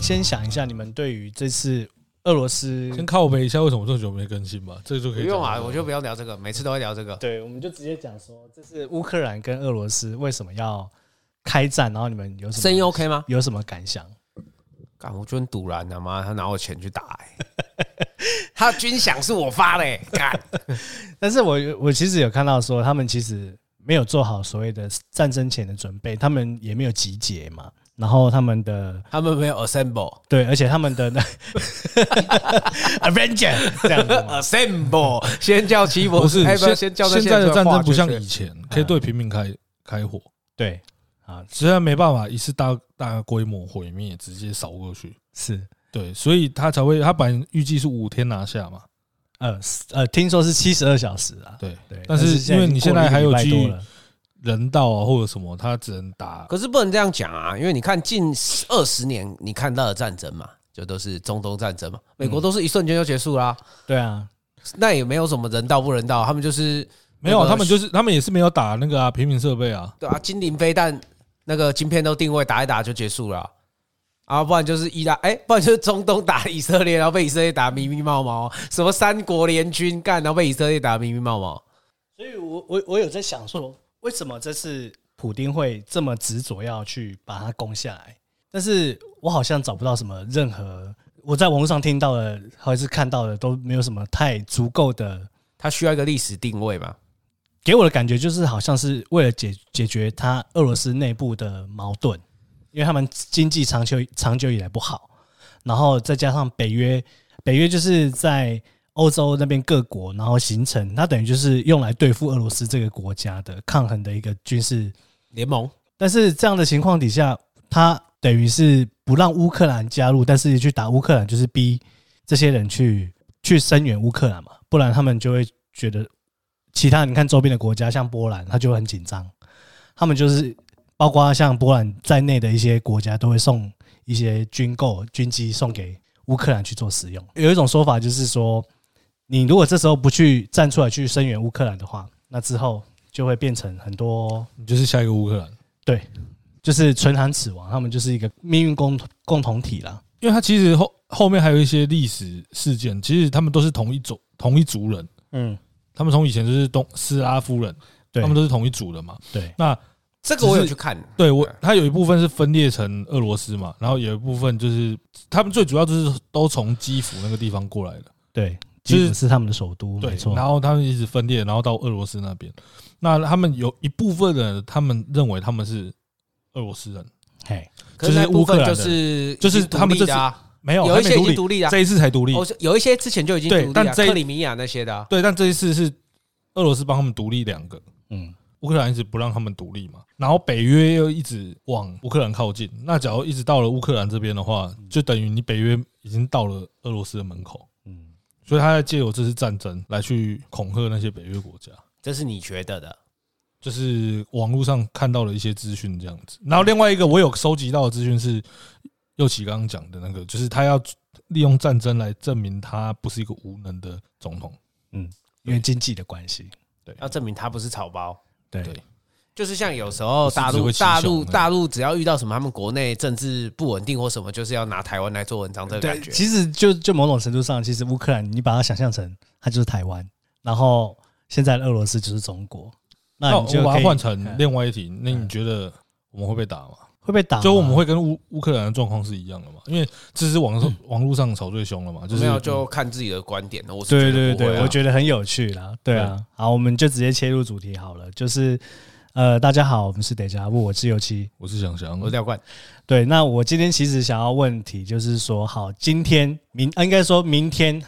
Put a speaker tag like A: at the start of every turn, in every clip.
A: 先想一下你们对于这次俄罗斯，
B: 先靠背一下为什么这么久没更新吧，这个就
C: 不
B: 可以。
C: 用啊，我就不要聊这个，每次都会聊这个。
A: 对，我们就直接讲说这是乌克兰跟俄罗斯为什么要开战，然后你们有什么
C: 声音 OK 吗？
A: 有什么感想？
C: 干，我觉得很堵然他妈，他拿我钱去打、 欸，他军饷是我发的、欸，干，
A: 但是我我其实有看到说，他们其实没有做好所谓的战争前的准备，他们也没有集结嘛，然后他们的
C: 他们没有 assemble
A: 对，而且他们的 Avenger 这样子嘛，
C: assemble，先叫齐博
B: 不是
C: 哎不
B: 现
C: 先叫那
B: 现
C: 些
B: 在的
C: 人出来
B: 战
C: 画
B: 争不像
C: 圈圈
B: 以前可以对平民开开火，
A: 对啊，
B: 虽然没办法一次大大规模毁灭，直接扫过去。
A: 是
B: 对，所以他才会，他本来预计是五天拿下嘛，
A: 呃是呃，听说是七十二小时啊，
B: 对。
A: 对，
B: 但是
A: 现在
B: 因为你
A: 已经
B: 现
A: 过了
B: 在还
A: 一个
B: 有
A: 礼拜
B: 记
A: 多
B: 忆
A: 了，
B: 人道啊或者什么，他只能打
C: 可是不能这样讲啊，因为你看近二十年你看到的战争嘛，就都是中东战争嘛，美国都是一瞬间就结束啦、
A: 对啊，
C: 那也没有什么人道不人道，他们就是
B: 没有，啊
C: 那个
B: 他们就是他们也是没有打那个啊平民设备啊，
C: 对啊，精灵飞弹那个晶片都定位打一打就结束了啊。啊，不然就是伊拉，哎、不然就是中东打以色列，然后被以色列打迷迷毛毛，什么三国联军干，然后被以色列打迷迷啊毛毛。
A: 所以我我我有在想说，为什么这次普丁会这么执着要去把它攻下来？但是我好像找不到什么任何我在网络上听到的还是看到的都没有什么太足够的，
C: 它需要一个历史定位嘛？
A: 给我的感觉就是好像是为了解解决他俄罗斯内部的矛盾，因为他们经济长久长久以来不好，然后再加上北约，北约就是在欧洲那边各国，然后形成，它等于就是用来对付俄罗斯这个国家的抗衡的一个军事。
C: 联盟
A: 但是这样的情况底下，它等于是呃不让乌克兰加入，但是去打乌克兰呃就是逼这些人去去声援乌克兰嘛，不然他们就会觉得其他你看周边的国家，像波兰，他就会很紧张，他们就是包括像波兰在内的一些国家都会送一些军购、军机送给乌克兰去做使用。有一种说法就是说，你如果这时候不去站出来去声援乌克兰的话，那之后就会变成很多
B: 你就是下一个乌克兰，
A: 就是唇寒齿亡，他们就是一个命运共共同体啦。
B: 因为他其实后后面还有一些历史事件，其实他们都是同一种同一族人，
A: 嗯，
B: 他们从以前就是东斯拉夫人，
A: 对，
B: 他们都是同一组的嘛。
A: 对，
B: 那
C: 这个我有
B: 只是
C: 去看，
B: 对我
C: 对，
B: 他有一部分是分裂成俄罗斯嘛，然后有一部分就是他们最主要就是都从基辅那个地方过来的，
A: 对，
B: 就是
A: 基辅是他们的首都，
B: 对
A: 没，错。
B: 然后他们一直分裂，然后到俄罗斯那边。那他们有一部分人，他们认为他们是俄罗斯人，
A: 嘿，
C: 可是那部分
B: 就
C: 就
B: 是
C: 是
B: 就是
C: 已经独
B: 他们这
C: 立的啊，
B: 没有，
C: 有一
B: 还
C: 些
B: 没
C: 已经
B: 独
C: 独立
B: 立，
C: 啊，
B: 这一次才独立。
C: 哦，有一些之前就已经
B: 对
C: 独立
B: 但
C: 啊，
B: 这一
C: 克里米亚那些的啊，
B: 对，但这一次是俄罗斯帮他们独立两个，
A: 嗯，
B: 乌克兰一直不让他们独立嘛，然后北约又一直往乌克兰靠近。那假如一直到了乌克兰这边的话，就等于你北约已经到了俄罗斯的门口，
A: 嗯，
B: 所以他在借由这次战争来去恐吓那些北约国家。
C: 这是你觉得的。
B: 就是网络上看到了一些资讯这样子。然后另外一个我有收集到的资讯是右奇刚刚讲的那个，就是他要利用战争来证明他不是一个无能的总统。
A: 因为经济的关系，
C: 要证明他不是草包。
A: 啊对
B: 对
C: 就是像有时候大
B: 不
C: 陆
B: 是只会
C: 大
B: 骑
C: 陆
A: 啊
B: 熊的
C: 大陆只要遇到什么他们国内政治不稳定或什么，就是要拿台湾来做文章，这个感觉。
A: 其实就就某种程度上，其实乌克兰你把它想象成它就是台湾，然后现在的俄罗斯就是中国，那
B: 那
A: 你就
B: 我把
A: 可
B: 它
A: 以
B: 换成
A: 嗯
B: 另外一题，那你觉得我们会被打吗？
A: 会被打吗，
B: 就我们会跟乌乌克兰的状况是一样的嘛？因为这是网
A: 嗯
B: 上网络上吵最凶了嘛，就是
C: 没有就看自己的观点了。我是
A: 对
C: 觉
A: 对
C: 得不会
A: 对，
C: 啊
A: 我觉得很有趣啦。对啊，好，我们就直接切入主题好了，就是呃，大家好，我们是得加布，我是尤七，
B: 我是想想
C: 我，是廖冠，
A: 对，那我今天其实想要问题就是说，好，今天明啊应该说明天，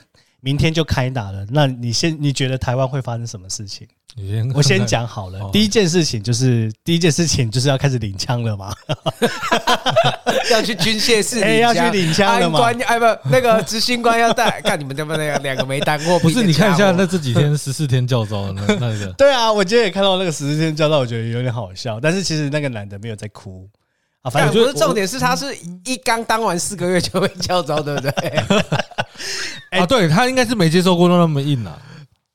A: 明天就开打了。那你先你觉得台湾会发生什么事 情？
B: 你先
A: 我先，讲好啊了
B: 哦。
A: 第一件事情就是第一件事情就是要开始领枪了嘛，
C: 要去军械室
A: 哎
C: 领
A: 要
C: 枪，
A: 去领枪了
C: 安
A: 嘛，
C: 官哎不，那个执行官要带，看你们他妈那个两个没当过
B: 不是
C: 兵的家伙，
B: 你看一下那这几天十四天教招的那那个
A: 对啊，我今天也看到那个十字线交到，我觉得有点好笑，但是其实那个男的没有在哭啊，反
C: 但
A: 正
C: 不
A: 就是
C: 重点是他是一刚当完四个月就被叫招，对 不对？
A: 哎
B: 啊，对他应该是没接受过那么硬啊，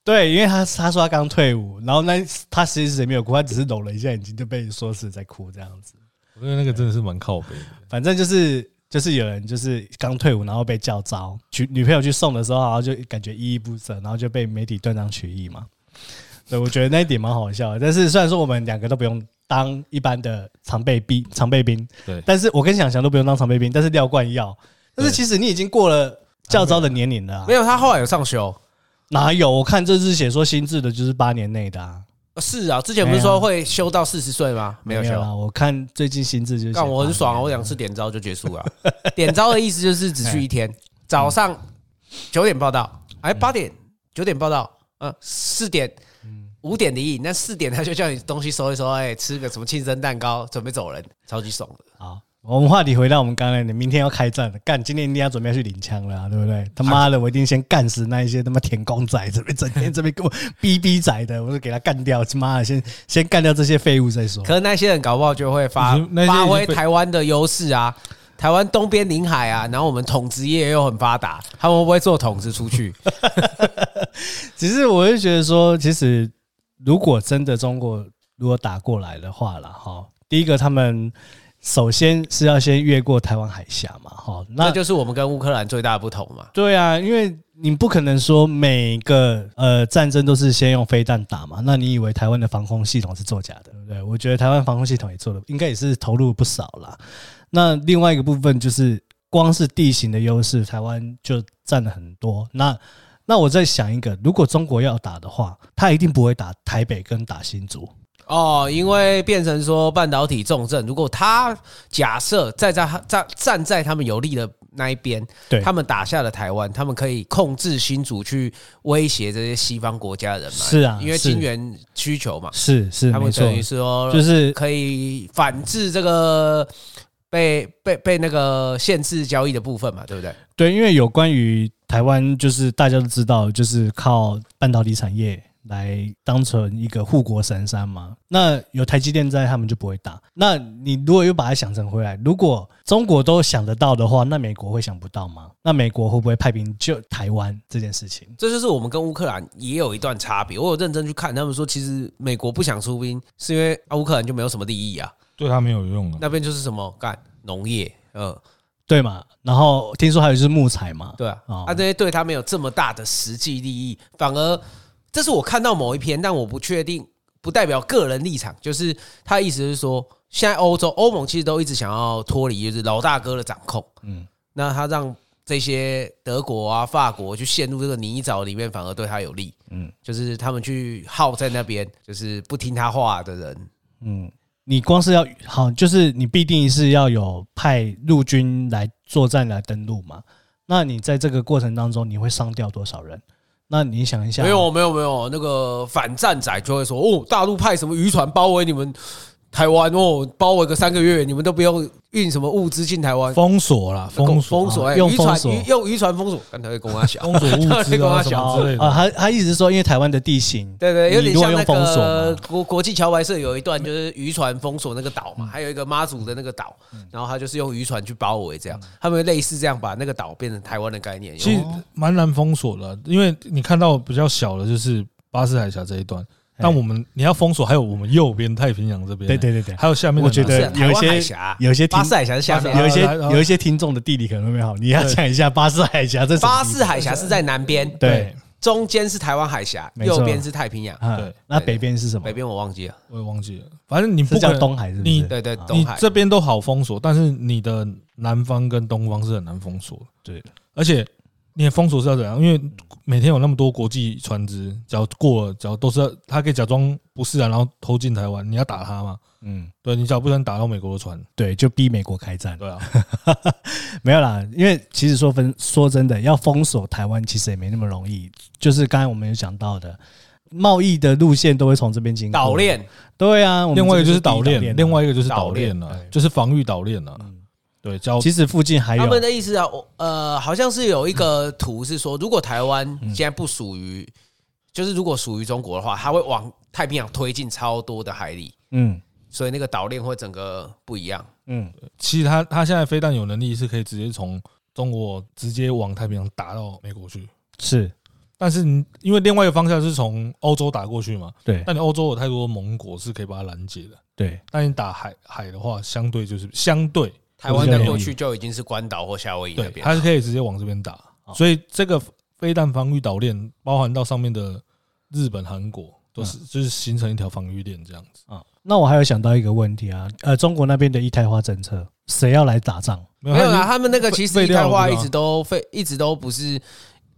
A: 对，因为他他说他刚退伍，然后那他其实也没有哭，他只是揉了一下眼睛就被说是在哭这样子。
B: 我觉得那个真的是蛮靠北的。
A: 反正就是就是有人就是刚退伍，然后被叫招，去女朋友去送的时候，然后就感觉依依不舍，然后就被媒体断章取义嘛。对，我觉得那一点蛮好笑的。但是虽然说我们两个都不用当一般的常备兵，常备兵，
B: 对
A: 但是我跟想翔都不用当常备兵，但是廖冠要，但是
B: 对
A: 其实你已经过了教招的年龄了、啊
C: 没，有，他后来有上修。
A: 哪有？我看这次写说新制的就是八年内的、啊，
C: 是啊，之前不是说会修到四十岁吗？没有修。
A: 啦。我看最近新制就是写
C: 干我很爽啊！
A: 八
C: 我
A: 年
C: 两次点招就结束了。啊 点招的意思就是只去一
B: 嗯
C: 天，早上九点报到，哎，八点九点报到，嗯，四点
B: 嗯
C: 五点离营，那四点他就叫你东西收一收，哎，吃个什么庆生蛋糕，准备走人，超级爽的。
B: 哦
A: 好，我们话题回到我们刚才，你明天要开战了，干，今天一定要准备要去领枪了、啊，对不对？他妈的，我一定先干死那一些他妈舔公仔，这边整天这边 给我逼逼仔的，我就给他干掉，他妈的，先先干掉这些废物再说。
C: 可是那些人搞不好就会发
B: 已经那些已
C: 发
B: 经
C: 挥
B: 被
C: 台湾的优势啊，台湾东边临海啊，然后我们统治业又很发达，他们会不会做统治 出去？
A: 只是我就觉得说，其实如果真的中国如果打过来的话了，哈，第一个他们首先是要先越过台湾海峡嘛，哈，那
C: 那就是我们跟乌克兰最大的不同嘛。
A: 对啊，因为你不可能说每个呃战争都是先用飞弹打嘛，那你以为台湾的防空系统是作假的，对不对？我觉得台湾防空系统也做的应该也是投入不少啦。那另外一个部分就是光是地形的优势，台湾就占了很多。那那我在想一个，如果中国要打的话，他一定不会打台北跟打新竹，
C: 哦，因为变成说半导体重症，如果他假设站在他站站在他们有利的那一边，
A: 对
C: 他们打下了台湾，他们可以控制新竹去威胁这些西方国家的人嘛？
A: 是啊
C: 因为
A: 是
C: 金元需求嘛，
A: 是是
C: 他
A: 没
C: 们
A: 错
C: 等，于是说
A: 就是
C: 可以反制这个被被被那个限制交易的部分嘛，对不对？
A: 对，因为有关于台湾，就是大家都知道，就是靠半导体产业来当成一个护国神山嘛。那有台积电在，他们就不会打。那你如果又把它想成回来，如果中国都想得到的话，那美国会想不到吗？那美国会不会派兵救台湾这件事情？
C: 这就是我们跟乌克兰也有一段差别。我有认真去看，他们说其实美国不想出兵，是因为啊乌克兰就没有什么利益啊。
B: 对他没有
A: 嗯
B: 用啊。
C: 那边就是什么干农业，嗯，
A: 对嘛？然后听说还有就是木材嘛，
C: 对啊，
A: 哦
C: 啊这些对他没有这么大的实际利益，反而这是我看到某一篇，但我不确定，不代表个人立场，就是他的意思是说，现在欧洲欧盟其实都一直想要脱离就是老大哥的掌控，嗯
A: 嗯，
C: 那他让这些德国啊、法国去陷入这个泥沼里面，反而对他有利，嗯
A: 嗯，
C: 就是他们去耗在那边，就是不听他话的人，
A: 嗯，你光是要好，就是你必定是要有派陆军来作战来登陆嘛。那你在这个过程当中，你会伤掉多少人？那你想一下，
C: 没有没有没有，那个反战仔就会说哦，大陆派什么渔船包围你们台湾哦，包围个三个月，你们都不用运什么物资进台湾，
B: 封锁啦，封锁
C: 封锁，
A: 啊
C: 哎，
A: 用
C: 渔船
A: 封锁
C: 渔用渔船封锁，看他会跟我小，
B: 封锁 物资啊什么之类
A: 啊，
B: 的。
A: 他他意思是说，因为台湾的地形，
C: 对对，
A: 你
C: 有点
A: 如果
C: 像
A: 用
C: 那
A: 封锁啊嘛
C: 个国国际桥牌社有一段就是渔船封锁那个岛嘛，还有一个妈祖的那个岛，
A: 嗯
C: 然后他就是用渔船去包围这样，他们类似这样把那个岛变成台湾的概念，哦
B: 其实蛮难封锁的啊，因为你看到比较小的就是巴士海峡这一段，但我们你要封锁，还有我们右边太平洋这边，
A: 哎对对对对，
B: 还有下面的
A: 我觉
B: 南
A: 得
C: 是
B: 海
C: 台
A: 有一
C: 湾海
A: 些
C: 峡
A: 有一些听
C: 巴士海峡是下面
A: 有一些
B: 啊
C: 呃
B: 啊啊
A: 有一些听众的地理可能没好，你要
B: 对
A: 讲一下巴士海峡这什么
C: 巴
A: 地
C: 士海峡是在南边，
A: 对
C: 中间是台湾海峡，
A: 没错
C: 右边是太平洋，
A: 啊
B: 对，
A: 那北边是什么
C: 北？边我忘记了。
B: 我也忘记了，反正你不
A: 是叫
B: 可能
A: 东海是不
B: 你
A: 是？
C: 对对，东
B: 你
C: 海
B: 这边都好封锁，但是你的南方跟东方是很难封锁的。
A: 对，
B: 而且你的封锁是要怎样？因为每天有那么多国际船只，只要过了，只要都是要他可以假装不是啊，然后偷进台湾，你要打他嘛？
A: 嗯，
B: 对你只要不能打到美国的船，
A: 对，就逼美国开战。
B: 对啊，
A: 没有啦，因为其实说分说真的，要封锁台湾其实也没那么容易。就是刚才我们有讲到的，贸易的路线都会从这边经过。
C: 岛，链，
A: 对啊。我们
B: 另外一个就
A: 这
B: 是
A: 边
B: 岛
A: 第一
B: 链，另外一个就是
C: 岛
B: 岛链了
A: 啊链，对嗯
B: 就是防御岛链了。啊对，叫
A: 其实附近还有
C: 他们的意思啊，我呃，好像是有一个图是说，如果台湾
B: 嗯
C: 现在不属于，就是如果属于中国的话，它会往太平洋推进超多的海里，
A: 嗯
C: 所以那个岛链会整个不一样。
A: 嗯，
B: 其实他他现在飞弹有能力是可以直接从中国直接往太平洋打到美国去。
A: 是
B: 但是你因为另外一个方向是从欧洲打过去嘛，
A: 对
B: 但你欧洲有太多盟国是可以把它拦截的。
A: 对
B: 但你打海海的话，相对就是相对
C: 台湾在过去就已经是关岛或夏威夷那
B: 对，
C: 边
B: 它
C: 了，
B: 是可以直接往这边打
A: 哦，
B: 所以这个飞弹防御岛链包含到上面的日本、韩国，都
C: 嗯
B: 是就是形成一条防御链这样子。
A: 啊。那我还有想到一个问题啊，呃，中国那边的一胎化政策，谁要来打仗？
B: 没
C: 没有啦，
B: 它
C: 他们那个
B: 废
C: 其实
B: 废
C: 一
B: 掉
C: 台
B: 了
C: 化
B: 对
C: 一
B: 吧
C: 直都废，一直都不是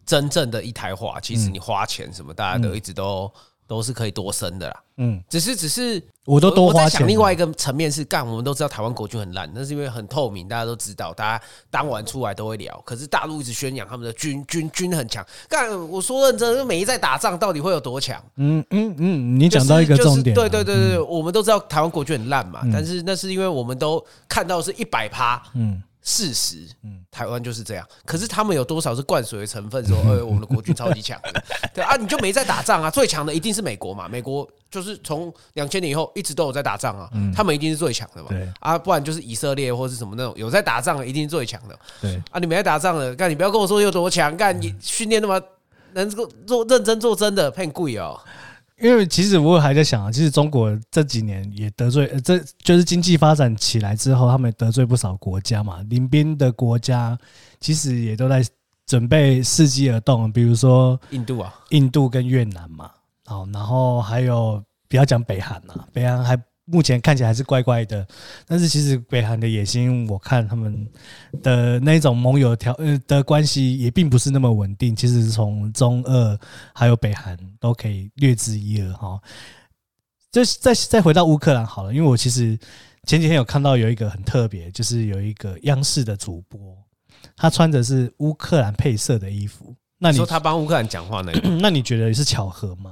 C: 真正的一台化。其实你花钱什么，大家都一直都都是可以多生的啦。
A: 嗯，
C: 只是只是
A: 我都多
C: 我在
A: 花
C: 想
A: 钱。
C: 另外一个层面是，干我们都知道台湾国军很烂，那是因为很透明，大家都知道，大家当晚出来都会聊。可是大陆一直宣扬他们的军军军很强，干我说认真，每一在打仗到底会有多强？
A: 嗯嗯嗯，你讲到一个
C: 就是
A: 重点啊、
C: 就是对对对对，我们都知道台湾国军很烂嘛，但是那是因为我们都看到是一百趴，
A: 嗯
C: 嗯，事实，嗯，台湾就是这样。可是他们有多少是灌水的成分？说，呃，我们的国军超级强的，对啊，你就没在打仗啊， 最强的一定是美国嘛，美国。就是从两千年以后一直都有在打仗啊，他们一定是最强的嘛
A: 对，
C: 啊，不然就是以色列或是什么那种有在打仗的一定是最强的，
B: 对
C: 啊，你没在打仗了，干你不要跟我说有多强，干你训练那么能够做认真做真的，骗贵哦，
A: 因为其实我还在想啊，其实中国这几年也得罪，呃、这就是经济发展起来之后，他们得罪不少国家嘛，邻边的国家其实也都在准备伺机而动，比如说
C: 印度啊，
A: 印度跟越南嘛，好，然后还有不要讲北韩啦、北韩还目前看起来还是怪怪的，但是其实北韩的野心，我看他们的那种盟友条呃的关系也并不是那么稳定，其实从中俄还有北韩都可以略知一二哈。就是再再回到乌克兰好了，因为我其实前几天有看到有一个很特别，就是有一个央视的主播，他穿着是乌克兰配色的衣服。那
C: 你
A: 你
C: 说他帮乌克兰讲话那个
A: 那你觉得是巧合吗？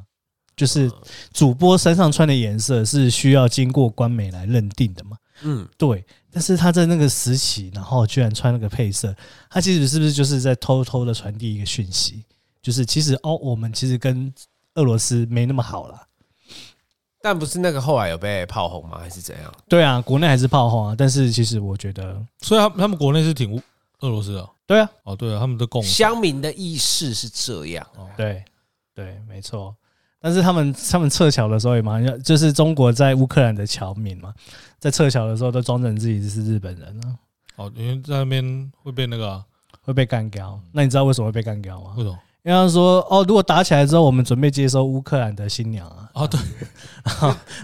A: 就是主播身上穿的颜色是需要经过官媒来认定的吗？
C: 嗯，
A: 对，但是他在那个时期，然后居然穿那个配色，他其实是不是就是在偷偷的传递一个讯息？就是其实哦，我们其实跟俄罗斯没那么好啦。
C: 但不是那个后来有被炮轰吗？还是怎样？
A: 对啊，国内还是炮轰啊，但是其实我觉得，
B: 所以他他们国内是挺乌俄罗斯的哦
A: 对啊，
B: 哦，对啊，他们的共
C: 乡民的意识是这样，
A: 对对，没错。但是他们他们撤侨的时候也蛮，就是中国在乌克兰的侨民嘛，在撤侨的时候都装成自己是日本人啊。
B: 哦，因为在那边会被那个啊
A: 会被干掉。那你知道为什么会被干掉
C: 哦
A: 吗
B: 为？什么
A: 因为他说哦，如果打起来之后，我们准备接收乌克兰的新娘啊，
B: 啊？对，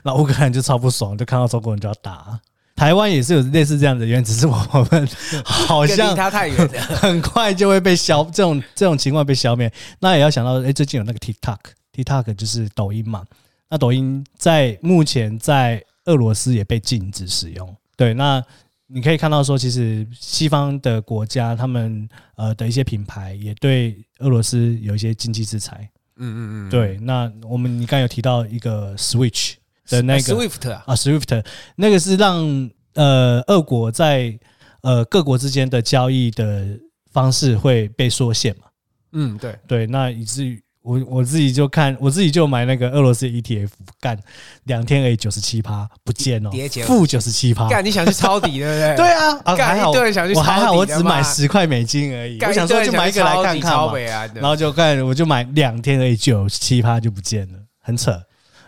A: 那乌克兰就超不爽，就看到中国人就要打啊。台湾也是有类似这样的原因，只是我们好
C: 跟离
A: 像
C: 他太远 了。
A: 很快就会被消这种这种情况被消灭。那也要想到，哎、最近有那个 TikTok，TikTok 就是抖音嘛。那抖音在目前在俄罗斯也被禁止使用。对，那你可以看到说，其实西方的国家他们呃的一些品牌也对俄罗斯有一些经济制裁。
C: 嗯嗯嗯，
A: 对，那我们你刚才有提到一个 Switch 的那个
C: Swift 啊，
A: 啊，SWIFT 那个是让呃俄国在呃各国之间的交易的方式会被缩限嘛？
C: 嗯对，
A: 对，那以至于我我自己就看我自己就买那个俄罗斯的 ETF，干两天而已九十七趴不见哦
C: 跌跌，减
A: 负九十七趴。
C: 干你想去抄底对不对？
A: 对啊，啊
C: 干
A: 还好
C: 一堆人想去
A: 我还好，
C: 抄底
A: 我
C: 的
A: 只
C: 嘛
A: 买十块美金而已，
C: 干，
A: 我想说就买一个来看看嘛。
C: 啊，
A: 然后就看我就买两天而已，九十七趴就不见了，很扯。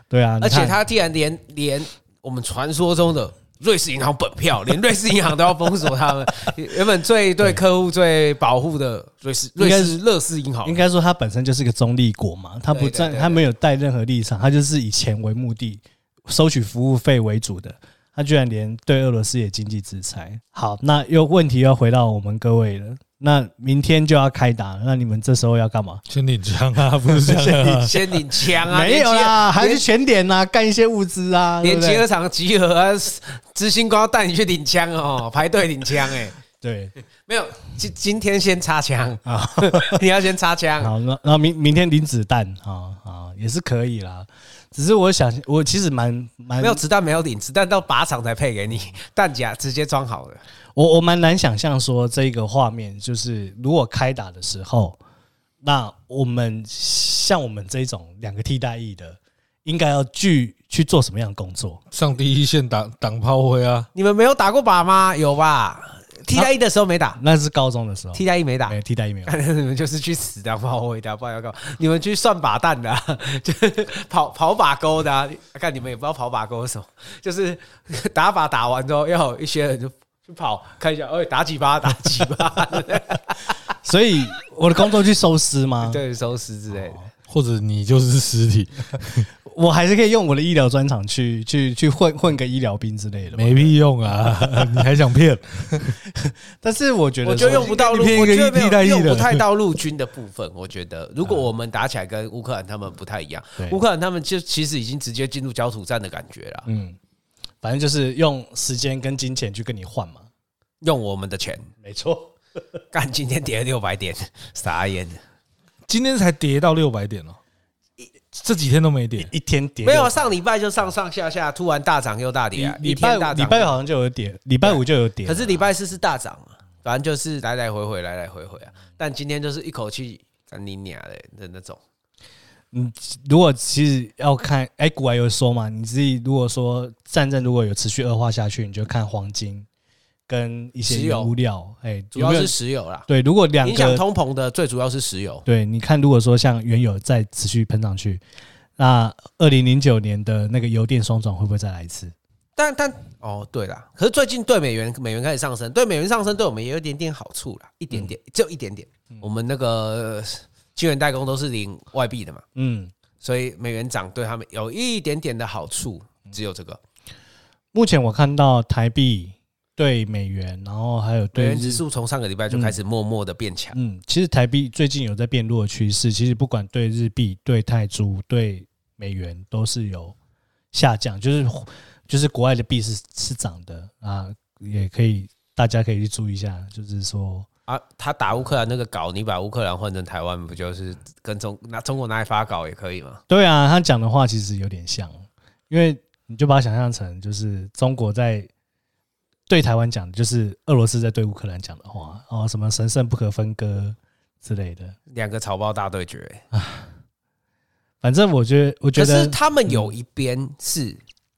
A: 对啊，你
C: 而且
A: 看
C: 他竟然连连我们传说中的。瑞士银行本票，连瑞士银行都要封锁 他们。原本最对客户最保护的瑞士
A: 应
C: 瑞
A: 该是
C: 士乐视银行
A: 应，该说它本身就是个中立国嘛，它不
C: 对对
A: 占，
C: 对，
A: 它没有带任何立场，它就是以钱为目的，收取服务费为主的。它居然连对俄罗斯也经济制裁。好，那又问题要回到我们各位了。那明天就要开打了，那你们这时候要干嘛？
B: 先领枪啊，不是这样啊
C: 先领枪啊，
A: 没有啦，还是全点呐、干一些物资啊，对
C: 连
A: 不
C: 集合
A: 对？
C: 场集合啊，知星光带你去领枪 哦，排队领枪哎、
A: 对，
C: 没有，今今天先 插枪
A: 啊
C: 啊，你要先插枪，
A: 好，那然后明明天领子弹啊啊，也是可以啦。只是我想，我其实蛮蛮
C: 没有子弹没有领，子弹到靶场才配给你， 弹夹直接装好了。
A: 我我蛮难想象说这个画面，就是如果开打的时候，那我们像我们这种两个替代役的，应该要去去做什么样的工作？
B: 上第一线挡挡炮灰啊，
C: 你们没有打过靶吗？有吧？替代役的时候没打，
A: 那是高中的时候，
C: 替代啊役没打。
A: 哦没。有替代役没有
C: 你们就是去死的炮灰的，不然要干嘛？你们去算靶弹的、啊，就是跑跑靶钩的、啊。看你们也不知道跑靶钩是什么，就是打靶打完之后，要有一些人就就跑看一下，哎，打几巴，打几巴，
A: 所以我的工作去收尸吗？
C: 对，收拾之类的。
B: 或者你就是尸体
A: 我还是可以用我的医疗专长去去去混混个医疗兵之类的嘛。
B: 没屁用啊！ 你还想骗？
A: 但是我觉得
C: 我觉得
A: 说
C: 用不到陆，
B: 你骗一
C: 我
B: 个
C: 觉得没
B: 替代
C: 有
B: 役的
C: 用不太到陆军的部分。我觉得，如果我们打起来跟乌克兰他们不太一样
B: 对，
C: 乌克兰他们就其实已经直接进入焦土战的感觉了，
A: 嗯，反正就是用时间跟金钱去跟你换嘛。
C: 用我们的钱
A: 没错，
C: 干，今天跌了六百点，傻眼。
B: 今天才跌到六百点哦，这几天都没跌。
A: 一天跌
C: 没有啊
A: 六
C: 上礼拜就上上下下，突然大涨又大跌啊，
A: 礼
C: 一
A: 礼拜
C: 天
A: 五
C: 大
A: 礼
C: 涨。
A: 拜好像就有跌，礼拜五就有跌，啊
C: 可是礼拜四是大涨啊，反正就是来来回回，来来回回啊。但今天就是一口气干你娘的的那种，
A: 如果其实要看，哎、古玩有说嘛，你自己如果说战争如果有持续恶化下去，你就看黄金跟一些
C: 石油
A: 原物料，哎、
C: 主
A: 有
C: 要
A: 没有
C: 是石油啦，
A: 对，如果两
C: 影响
A: 个
C: 通膨的最主要是石油。
A: 对，你看，如果说像原油再持续喷上去，那二零零九年的那个油电双转会不会再来一次？
C: 但但哦，对啦，可是最近对美元美元开始上升，对美元上升对我们也有一点点好处啦，一点
A: 嗯
C: 点，就一点点。我们那个晶圆代工都是领外币的嘛，
A: 嗯，
C: 所以美元涨对他们有一点点的好处，只有这个
A: 目前我看到台币对美元，然后还有
C: 美
A: 对嗯
C: 元
A: 日
C: 指数从上个礼拜就开始默默的变强。
A: 嗯，其实台币最近有在变弱的趋势，其实不管对日币、对泰铢、对美元都是有下降，就是就是国外的币是是涨的啊，也可以大家可以去注意一下，就是说
C: 啊，他打乌克兰那个稿，你把乌克兰换成台湾，不就是跟中拿中国拿来发稿也可以吗？
A: 对啊，他讲的话其实有点像，因为你就把它想象成就是中国在对台湾讲的，就是俄罗斯在对乌克兰讲的话，哦，什么神圣不可分割之类的。
C: 两个草包大对决、
A: 反正我觉得，我觉
C: 可
A: 得
C: 是他们有一边是，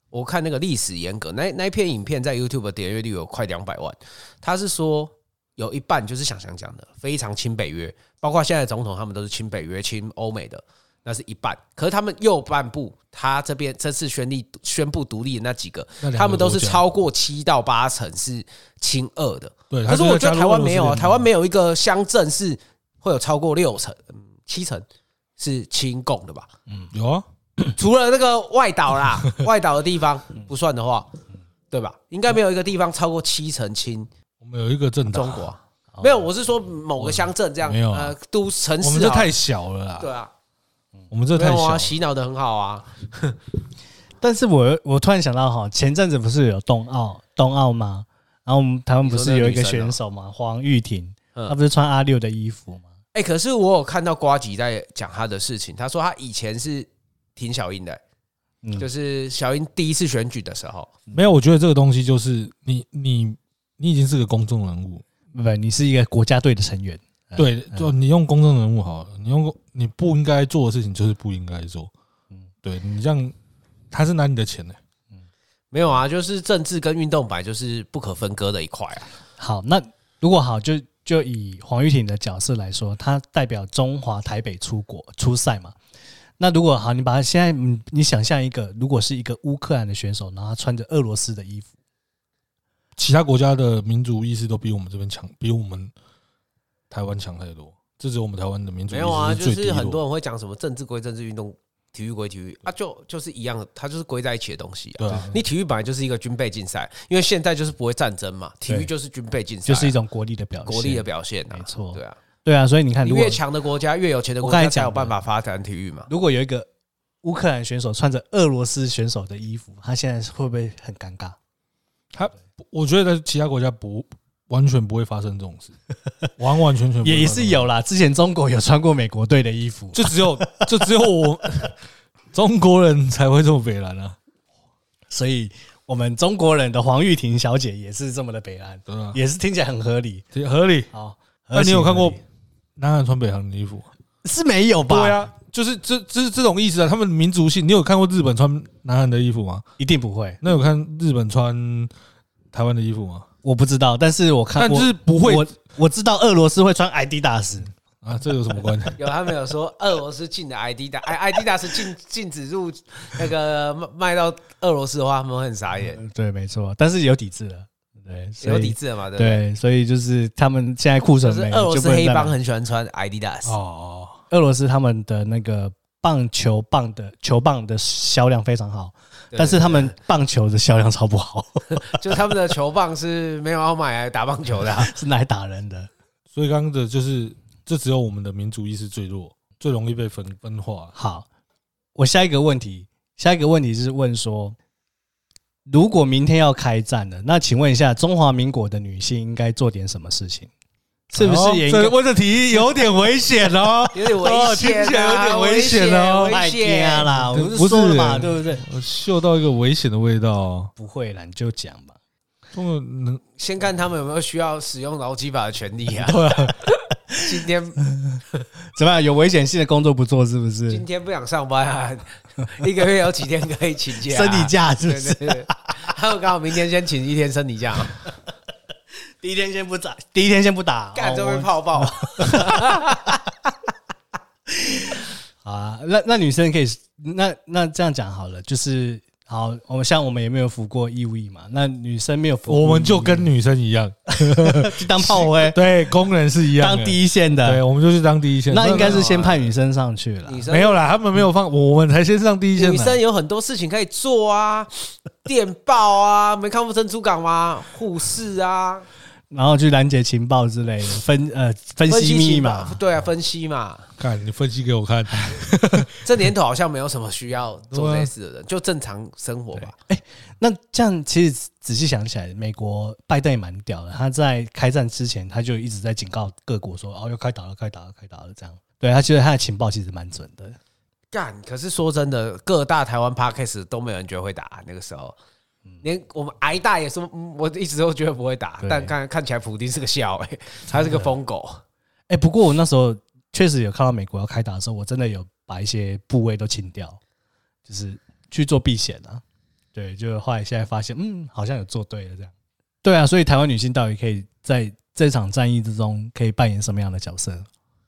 C: 我看那个历史严格那那一篇影片在 YouTube 的点阅率有快两百万，他是说有一半就是想想讲的非常亲北约，包括现在的总统他们都是亲北约、亲欧美的，那是一半。可是他们右半部，他这边这次宣立宣布独立的那几个，
B: 那两个
C: 他们都是
B: 国家
C: 超过七到八成是亲俄的。
B: 对，
C: 可是我觉得台湾没有啊，台湾
B: 没。
C: 没有一个乡镇是会有超过六成、嗯七成是亲共 的吧？
B: 有啊，
C: 除了那个外岛 啦，外岛的地方
B: 嗯
C: 不算的话，对吧？应该没有一个地方超过七成亲
B: 我们有一个政党，
C: 中国啊、没有，我是说某个乡镇这样，
B: 哦没有啊
C: 呃，都城
B: 我们
C: 市
B: 这
C: 啊，
B: 太小了
C: 对
B: 啦，
C: 啊，
B: 我们这
C: 没
B: 太
C: 有
B: 小
C: 啊，
B: 了。
C: 洗脑的很好啊，
A: 但是我我突然想到哈，前阵子不是有冬奥冬奥吗？然后我们台湾不是有一个选手嘛，黄玉婷，
C: 啊嗯
A: 她不是穿阿六的衣服吗？
C: 哎、可是我有看到瓜吉在讲他的事情，他说他以前是挺小英的、
A: 嗯
C: 就是小英第一次选举的时候，
B: 没有，我觉得这个东西就是你你你已经是个公众人物，
A: 不，你是一个国家队的成员，嗯
C: 哎
B: 对，就你用公众人物好了，你用公你不应该做的事情就是不应该做，嗯，对你这样他是拿你的钱的，
C: 没有
A: 嗯
C: 啊，就是政治跟运动本来就是不可分割的一块啊。
A: 好，那如果好，就就以黄玉婷的角色来说，她代表中华台北出国出赛嘛。那如果好，你把她现在你你想象一个，如果是一个乌克兰的选手，然后他穿着俄罗斯的衣服，
B: 其他国家的民主意识都比我们这边强，比我们台湾强太多，这只有我们台湾的民主意
C: 没有啊，
B: 识
C: 就
B: 最低
C: 是很
B: 落
C: 多人会讲什么政治归政治，运动体育归体育
A: 嗯
C: 啊，就就是一样的，它就是归在一起的东西啊。
B: 对啊，
C: 你体育本来就是一个军备竞赛，因为现在就是不会战争嘛，体育
A: 对
C: 就是军备竞赛啊，
A: 就是一种国力的表现。
C: 国力的表现啊，
A: 没错
C: 对啊，
A: 对啊，所以你看，
C: 你
A: 如果
C: 越强的国家，越有钱的国
A: 我刚
C: 家
A: 才
C: 才
A: 讲
C: 有办法发展体育嘛。
A: 如果有一个乌克兰选手穿着俄罗斯选手的衣服，他现在会不会很尴尬？
B: 他我觉得在其他国家不完全不会发生这种事，完完全全不会
A: 也也
B: 发生
A: 是有啦，之前中国有穿过美国队的衣服，
B: 就只有就只有我 中国人才会这么北蓝啊，
A: 所以我们中国人的黄玉婷小姐也是这么的北兰，
B: 对吧？
A: 也是听起来很合理。
B: 也合理。
A: 好，
B: 那你有看过
A: 合情合
B: 南韩穿北韩的衣服吗？
A: 理是没有吧？
B: 对，啊，就是这这这种意思啊。他们民族性，你有看过日本穿南韩的衣服吗？
A: 一定不会，
B: 那有看日本穿台湾的衣服吗？
A: 我不知道，但是我看
B: 但就是
A: 我
B: 不会
A: 我我知道俄罗斯会穿 Adidas，
B: 啊，这有什么关 系？
C: 有他们有说俄罗斯禁的 ID 的 i ID 大是禁禁止入那个卖卖到俄罗斯的话，他们会很傻眼。
A: 对，没错，但是有抵制了。对对，所
C: 有抵
A: 以
C: 制了嘛？对不对？
A: 对，所以就是他们现在库存
C: 可是
A: 没
C: 俄
A: 了，
C: 罗
A: 就
C: 斯
A: 不能
C: 黑
A: 再
C: 帮
A: 买。
C: 很喜欢穿 Adidas，
B: 哦，
A: 俄罗斯他们的那个棒球棒的球棒的销量非常好，
C: 对
A: 但是他们棒球的销量超不好，
C: 就他 们的球棒是没有要买来打棒球的啊、？
A: 是拿来打人的。
B: 所以刚刚的就是，这只有我们的民族意识最弱，最容易被分分化。
A: 好，我下一个问题，下一个问题是问说，如果明天要开战了，那请问一下，中华民国的女性应该做点什么事情？是不是也应该
B: 这问这题有点危险 哦
C: 有点危
B: 哦
C: 险、啊，
B: 听起来有点危险哦
C: 危
A: 卖
C: 险
A: 家啦？我
B: 对
A: 们就说了嘛，
B: 不是
A: 对不对？
B: 我嗅到一个危险的味道哦。
A: 不会啦，你就讲吧。
B: 中国能
C: 先看他们有没有需要使用劳基法的权利 啊。 今天
A: 怎么样？有危险性的工作不做是不是
C: 今？天不想上班啊， 一个月有几天可以请假、
A: 生理，假是不
C: 对
A: 是
C: 对？对。还有刚好明天先请一天生理 假，
A: 第一天先不打，第一天先不打，
C: 干这
A: 哦
C: 会泡爆。啊
A: 好啊，那那女生可以，那那这样讲好了，就是好，我们像我们也没有服过义务役嘛，那女生没有服，
B: 我们就嗯跟女生一样，
A: 去当炮灰，
B: 对，工人是一样的，
A: 当第一线
B: 对，
A: 的，
B: 我们就是嗯当第一线。
A: 那应该是先派女生上去了
C: 女。生
B: 没有啦，他们没有放，我们才先上第一线
C: 女
B: 嘛。
C: 生有很多事情可以 做啊，电报啊，没看过珍珠港吗？护士啊，
A: 然后去拦截情报之类的，分呃分
C: 分
A: 析
C: 析
A: 密
C: 情报
A: 码，
C: 对啊，分析嘛。
B: 看你分析给我看，
C: 这年头好像没有什么需要做这些事的人，就正常生活吧。
A: 那这样其实仔细想起来，美国拜登也蛮屌的。他在开战之前，他就一直在警告各国说：“哦，要开打了，开打了，开打了。”这样，对他觉得他的情报其实蛮准的。
C: 干，可是说真的，各大台湾 podcast 都没有人觉得会打，那个时候。
B: 嗯
C: 连我们挨大也是，嗯我一直都觉得不会打，
A: 对
C: 但看看起来普丁是个笑哎、欸他是个疯狗，
B: 嗯
A: 哎、不过我那时候确实有看到美国要开打的时候，我真的有把一些部位都清掉，就是去做避险啊。对，就后来现在发现，嗯，好像有做对了这样。对啊，所以台湾女性到底可以在这场战役之中可以扮演什么样的角色？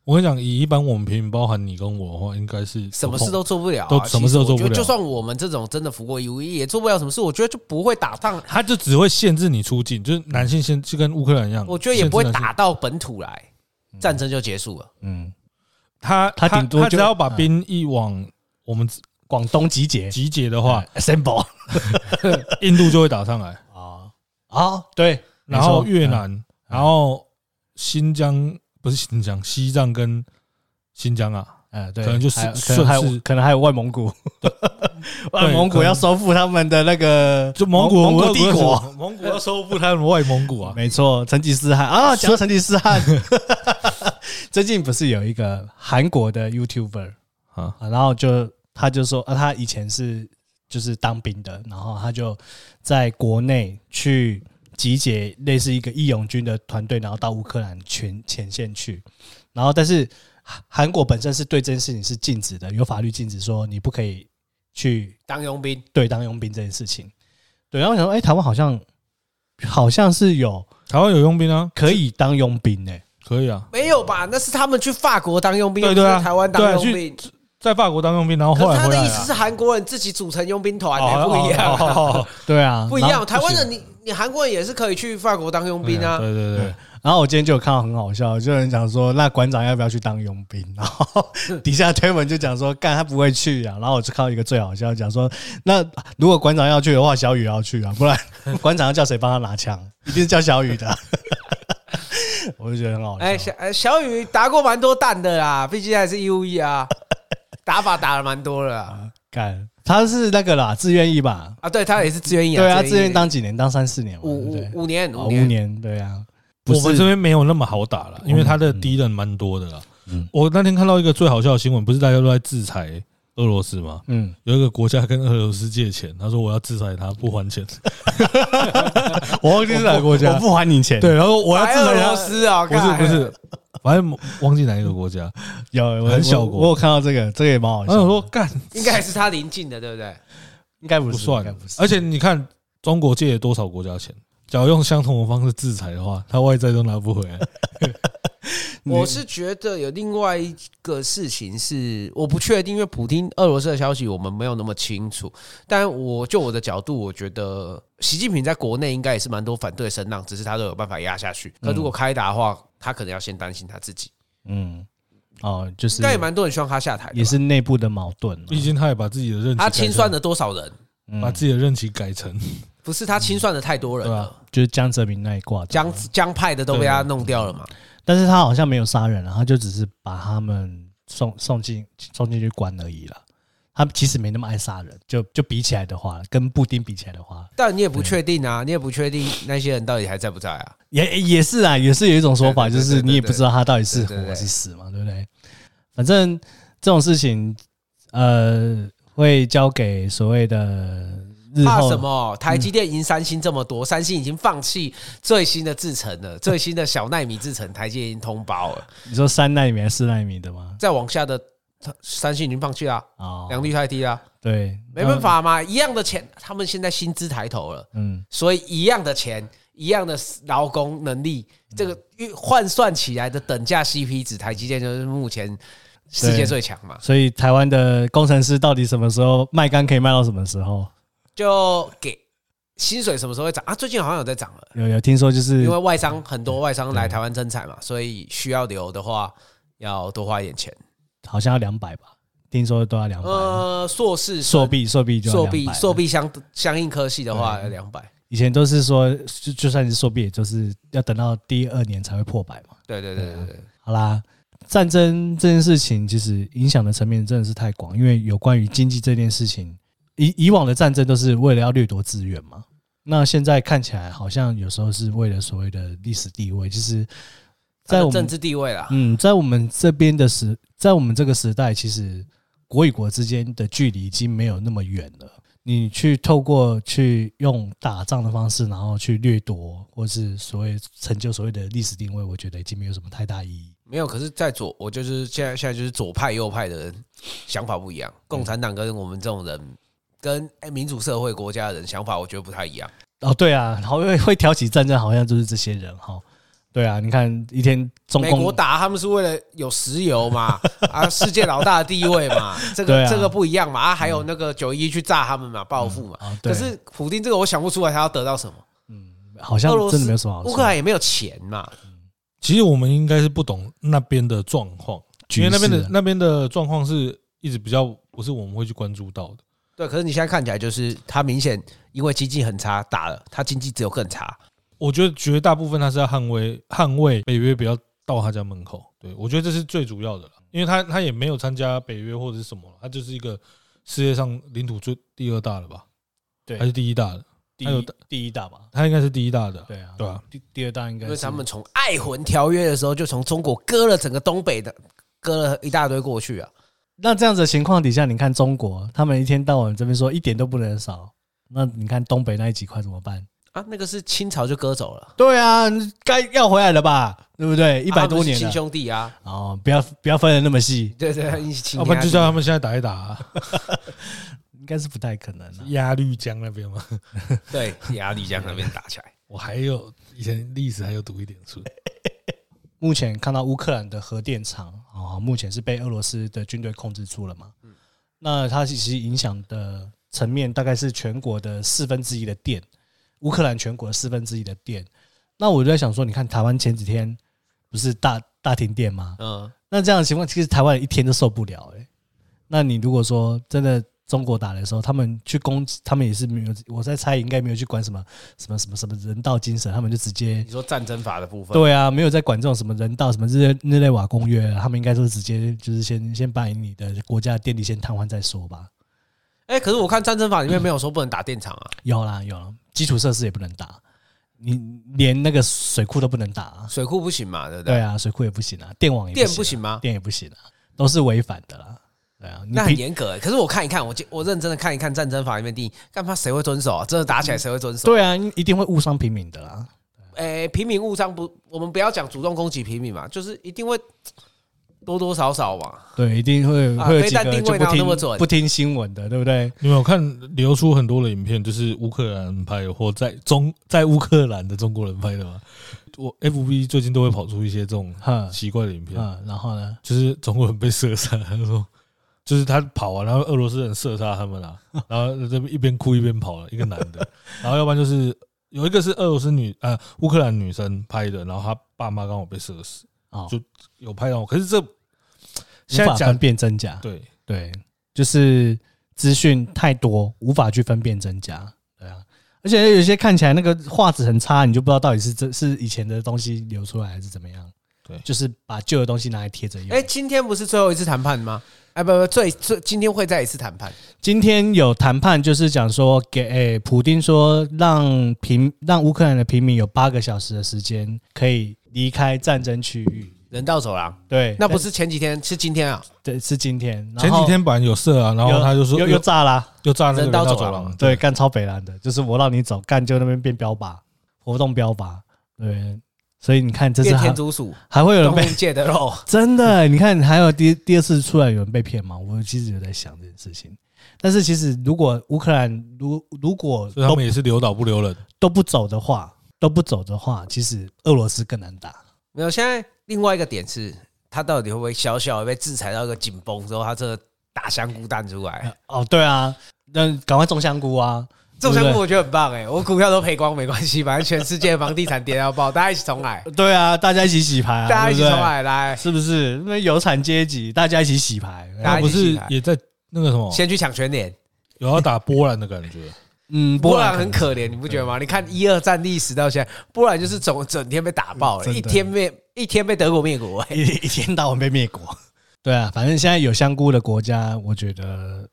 B: 我跟你讲，以一般我们平民，包含你跟我的话，应该是
C: 什么事都做不了啊、
B: 都
C: 其实
B: 什么事都做不了
C: 我觉得就算我们这种真的服过义务役，也做不了什么事。我觉得就不会打仗，
B: 他就只会限制你出境，就是男性先就跟乌克兰一样，
C: 我觉得也不会
B: 限制男性
C: 打到本土来，战争就结束了。
A: 嗯，
B: 他
A: 他顶多
B: 他只
A: 就
B: 要把
A: 嗯
B: 兵役往我们
A: 广东集结
B: 集结的
A: 嗯
B: 话，
A: ，assemble
B: 印度就会打上来，
A: 啊啊，对，
B: 然后
A: 没错
B: 越南，然后新疆不是新疆，西藏跟新疆啊，
A: 呃，对，
B: 可能就是
A: 还有
B: 是
A: 可能还有
B: 是
A: 可能还有外蒙古， 外蒙
B: 可
A: 古
B: 能
A: 要收复他们的那个
B: 就蒙古
A: 蒙古帝国，，
C: 啊
B: 蒙古要收复他们外蒙 古啊，
A: 没错，成吉思汗啊，讲到成吉思汗， 最近不是有一个韩国的 YouTuber，
B: 啊，
A: 啊然后就他就说啊，他以前是就是当兵的，然后他就在国内去集结类似一个义勇军的团队，然后到乌克兰前前线去，然后但是韩韩国本身是对这件事情是禁止的，有法律禁止说你不可以去
C: 当佣兵，
A: 对当佣兵这件事情。对，然后我想说，哎、台湾好像好像是有
B: 台湾有佣兵啊，
A: 可以当佣兵呢、
B: 可以啊，
C: 没有吧？那是他们去法国当佣兵，
B: 对对啊
C: 不是台湾当佣兵。
B: 在法国当佣兵，然后后
C: 可
B: 来
C: 是他
B: 回
C: 的
B: 来
C: 意思
B: 啊
C: 是韩国人自己组成佣兵团、欸，
B: 哦
C: 不一样
B: 哦
C: 啊、
B: 哦哦
A: 对啊，
C: 不一
A: 然后
C: 样。台湾人你你韩国人也是可以去法国当佣兵啊。
B: 对对对，
A: 然后我今天就有看到很好笑，就有人讲说，那馆长要不要去当佣兵？然后 底下推文就讲说，干他不会去啊。然后我就看到一个最好笑，讲说，那如果馆长要去的话，小雨也要去啊，不然馆长要叫谁帮他拿枪？一定是叫小雨的 啊。我就觉得很好笑。
C: 哎、小哎小雨打过蛮多蛋的啦，毕竟还是 U E 啊，打法打了蛮多了啊。
A: 干他是那个啦，自愿意吧？
C: 啊对他也是志愿役、啊，
A: 对啊，自
C: 志愿
A: 愿
C: 役
A: 当几年？当三四年嘛，对
C: 五
A: 不对
C: 五？五年
A: 哦
C: 五
A: 五
C: 年，
A: 年，对啊。不
B: 我
A: 是
B: 们这边没有那么好打了，因为他的敌人蛮多的啦。我那天看到一个最好笑的新闻，不是大家都在制裁俄罗斯吗？
A: 嗯，
B: 有一个国家跟俄罗斯借钱，他说我要制裁他，不还钱。
A: 我忘记
B: 是哪个国家
A: 我不还你钱。
B: 对，，然后我要制
C: 白俄
B: 裁
C: 罗
B: 他，
C: 斯啊，
B: 不是
C: 干
B: 不是，反正忘记哪一个国家。
A: 有我
B: 很小
A: 我
B: 国
A: 我有看到这个，这个也蛮好
B: 然
A: 笑
B: 后
A: 的。
B: 我说干
C: 应该还是他邻近的，对不对？
A: 应该不
B: 不
A: 是
B: 算
A: 应该不，是。
B: 而且你看中国借了多少国家钱？假如用相同的方式制裁的话，他外债都拿不回来。
C: 我是觉得有另外一个事情是我不确定，因为普京俄罗斯的消息我们没有那么清楚。但我就我的角度，我觉得习近平在国内应该也是蛮多反对声浪，只是他都有办法压下去。可如果开打的话，他可能要先担心他自己，
A: 嗯，哦，就是
C: 应该也蛮多人希望他下台的吧，
A: 也是内部的矛盾啊，
B: 毕竟他也把自己的任期改
C: 他
B: 成
C: 清算了多少人？
A: 嗯
B: 把自己的任期改成
C: 不是他清算了太多人
B: 对
C: 了，
A: 就是江泽民那一挂的
C: 江江派的都被他弄掉了嘛。
A: 但是他好像没有杀人啊，他就只是把他们送送进送进去关而已啦。他其实没那么爱杀人，就就比起来的话，跟布丁比起来的话，
C: 但你也不确定啊，你也不确定那些人到底还在不在啊？
A: 也也是啊，也是有一种说法，
C: 对对
A: 就
C: 对
A: 是你也不知道他到底是
C: 对对对
A: 活是死嘛，对不对？反正这种事情，呃，会交给所谓的日
C: 怕
A: 后
C: 什么？台积电赢三星这么多，三星已经放弃最新的制程 了，最新的小奈米制程，台积电已经通包了。
A: 你说三纳米还是四纳米的吗？
C: 再往下的，三星已经放弃了，
A: 哦，
C: 良率太低了，
A: 对，
C: 没办法嘛，一样的钱，他们现在薪资抬头了，
A: 嗯，
C: 所以一样的钱，一样的劳工能力，
A: 嗯
C: 这个换算起来的等价 CP 值，台积电就是目前世界
A: 对
C: 最强嘛。
A: 所以台湾的工程师到底什么时候卖干可以卖到什么时候？
C: 就给薪水什么时候会涨啊？最近好像有在涨了，
A: 有有听说就是嗯
C: 因为外商很多外商来台湾增产嘛，所以需要留的话要多花一点钱。
A: 好像要两百吧，听说都要两百、
C: 呃，硕士生
A: 硕币硕币就
C: 硕
A: 要
C: 币
A: 200
C: 硕，币相相应科系的话要两百，
A: 以前都是说就就算是硕币，也就是要等到第二年才会破百嘛。
C: 对对对对对，
A: 好啦，战争这件事情其实影响的层面真的是太广，因为有关于经济这件事情，以以往的战争都是为了要掠夺资源嘛。那现在看起来好像有时候是为了所谓的历史地位，其实，
C: 它
A: 在
C: 的
A: 我们
C: 政治地位啦，
A: 嗯，在我们这边的时，在我们这个时代，其实国与国之间的距离已经没有那么远了。你去透过去用打仗的方式，然后去掠夺，或是所谓成就所谓的历史定位，我觉得已经没有什么太大意义。
C: 没有。可是，在左我就是现在现在就是左派右派的人想法不一样，
A: 嗯
C: 共产党跟我们这种人。跟哎民主社会国家的人想法，我觉得不太一样。
A: 哦，对啊，然后会会挑起战争，好像就是这些人哈。对啊，你看一天中
C: 美国
A: 共
C: 打他们是为了有石油 嘛，啊，世界老大的地位嘛，这
A: 对
C: 个、
A: 啊嗯
C: 这个不一样嘛，啊，还有那个九一去炸他们嘛，报复嘛。
A: 啊，对
C: 可是普丁这个我想不出来他要得到什么，
A: 好像
C: 俄罗斯
A: 真的没有什么好
C: 乌
A: 说
C: 克。兰也没有钱嘛，
B: 其实我们应该是不懂那边的状况，因为那边
A: 局势
B: 的
A: 啊
B: 那边的状况是一直比较不是我们会去关注到的。
C: 对。可是你现在看起来就是他明显因为经济很差打了，他经济只有更差。
B: 我觉得绝大部分他是要捍卫捍卫北约不要到他家门口，对我觉得这是最主要的了，因为他他也没有参加北约或者是什么，他就是一个世界上领土最第二大的吧，
A: 对
B: 还是第一大的，
A: 第
B: 还有
A: 一第一大吧？
B: 他应该是第一大的，
A: 对啊，
B: 对啊，
A: 第第二大应该是
C: 因为他们从爱魂条约的时候就从中国割了整个东北的，割了一大堆过去啊。
A: 那这样子的情况底下，你看中国，他们一天到晚这边说一点都不能少，那你看东北那一几块怎么办？
C: 啊，那个是清朝就割走了，
A: 对啊，该要回来了吧，对不对？一
C: 啊
A: 百
C: 他们
A: 多
C: 是
A: 年
C: 亲
A: 了，
C: 兄弟啊，
A: 哦，不要不要分的那么细，
C: 对对，一起亲
B: 哦要不然就
C: 兄弟
B: 叫他们现在打一打啊
A: 应该是不太可能啊了、
B: 鸭绿江那边嘛。
C: 对 压力江那边打起来。
B: 我还有以前历史还有读一点书，
A: 目前看到乌克兰的核电厂啊、哦，目前是被俄罗斯的军队控制住了嘛？那它其实影响的层面大概是全国的四分之一的电，乌克兰全国的四分之一的电。那我就在想说，你看台湾前几天不是大大停电吗？
C: 嗯，
A: 那这样的情况，其实台湾人一天都受不了哎、那你如果说真的中国打的时候，他们去攻击，他们也是没有，我在猜应该没有去管什么什么什么什么人道精神，他们就直接
C: 你说战争法的部分，
A: 对啊，没有在管这种什么人道什么日内日内瓦公约啊，他们应该说直接就是先先把你的国家的电力先瘫痪再说吧。
C: 哎、可是我看战争法里面没有说不能打电厂啊，
A: 有啦有啦，基础设施也不能打，你连那个水库都不能打、啊。
C: 水库不行嘛，对不对？
A: 对啊，水库也不行啊，电网也
C: 电
A: 不
C: 不
A: 行
C: 行吗
A: 啊，？电也不行啊，都是违反的啦。对啊，你
C: 那很
A: 平
C: 严格、欸。可是我看一看，我就我认真的看一看战争法里面定义，干嘛谁会遵守啊？真的打起来谁会遵守？
A: 对啊，一定会误伤平民的啦。
C: 哎、平民误伤不，我们不要讲主动攻击平民嘛，就是一定会多多少少嘛。
A: 对，一定会
C: 啊
A: 会有
C: 飞
A: 几
C: 弹
A: 个
C: 定
A: 就
C: 位
A: 不
C: 哪有那么
A: 听
C: 准
A: 不听新闻的，对不对？
B: 你们有看流出很多的影片，就是乌克兰拍的或在中在乌克兰的中国人拍的吗？我 FB 最近都会跑出一些这种
A: 哼
B: 奇怪的影片，
A: 嗯，然后呢？
B: 就是中国人被射杀，他说 就是他跑啊，然后俄罗斯人射杀他们啦、啊，然后这边一边哭一边跑了、啊一个男的， 然后要不然就是有一个是俄罗斯女呃乌克兰女生拍的，然后她爸妈刚好被射死，
A: 哦，
B: 就有拍到，可是这
A: 无
B: 现在
A: 法
B: 讲
A: 分辨真假，
B: 对
A: 对，就是资讯太多，无法去分辨真假，对啊。而且有些看起来那个画质很差，你就不知道到底是真是以前的东西流出来还是怎么样。
B: 对
A: 就是把旧的东西拿来贴着用。
C: 哎、今天不是最后一次谈判吗？哎，不不，最最今天会再一次谈判。
A: 今天有谈判，就是讲说给、诶普丁说让平让乌克兰的平民有八个小时的时间可以离开战争区域。
C: 人道走廊，
A: 对，
C: 那不是前几天，是今天啊！
A: 对是今天，然
B: 前
A: 后
B: 几天本来有射啊，然后
A: 又
B: 他就说
A: 又
B: 又
A: 又炸啦、
B: 又炸那个
C: 人道
B: 人道
C: 走
B: 走
C: 廊
B: 廊，
A: 对，干超北蓝的，就是我让你走，干就那边变标靶，活动标靶，对，所以你看这是
C: 变天
A: 还
C: 竺 鼠，
A: 还会有人
C: 动
A: 被
C: 物界的肉。
A: 真的，你看还有第第二次出来有人被骗吗？我其实有在想这件事情，但是其实如果乌克兰如如果
B: 所以他
A: 都
B: 们也是留岛不留人，
A: 都不走的话，都不走的话，其实俄罗斯更难打。
C: 没有，现在另外一个点是，他到底会不会小小的被制裁到一个紧绷之后，他这个打香菇蛋出
B: 哎
C: 来？
A: 哦，对啊，那赶快种香菇啊！
C: 这种香
A: 对
C: 菇
A: 不
C: 我觉得很棒哎、我股票都赔光没关系，反正全世界房地产跌到爆，大家一起重来，
A: 对对啊，大家一起洗牌啊，
C: 大家一起
A: 对
C: 重
A: 不对
C: 来，来，
A: 是不是？那有产阶级，大家一起洗牌。
C: 大家
B: 他
C: 一
B: 不
C: 起洗
B: 是
C: 牌
B: 也在那个什么
C: 先去抢全脸。
B: 有要打波兰的感觉，
A: 嗯，
C: 波
A: 兰
C: 兰很可怜，你不觉得吗？你看一二战历史到现在，波兰就是整整天被打爆了，
A: 真的
C: 一天被一天被德国灭国、欸，
A: 一一天到晚被灭国。对啊，反正现在有香菇的国家，我觉得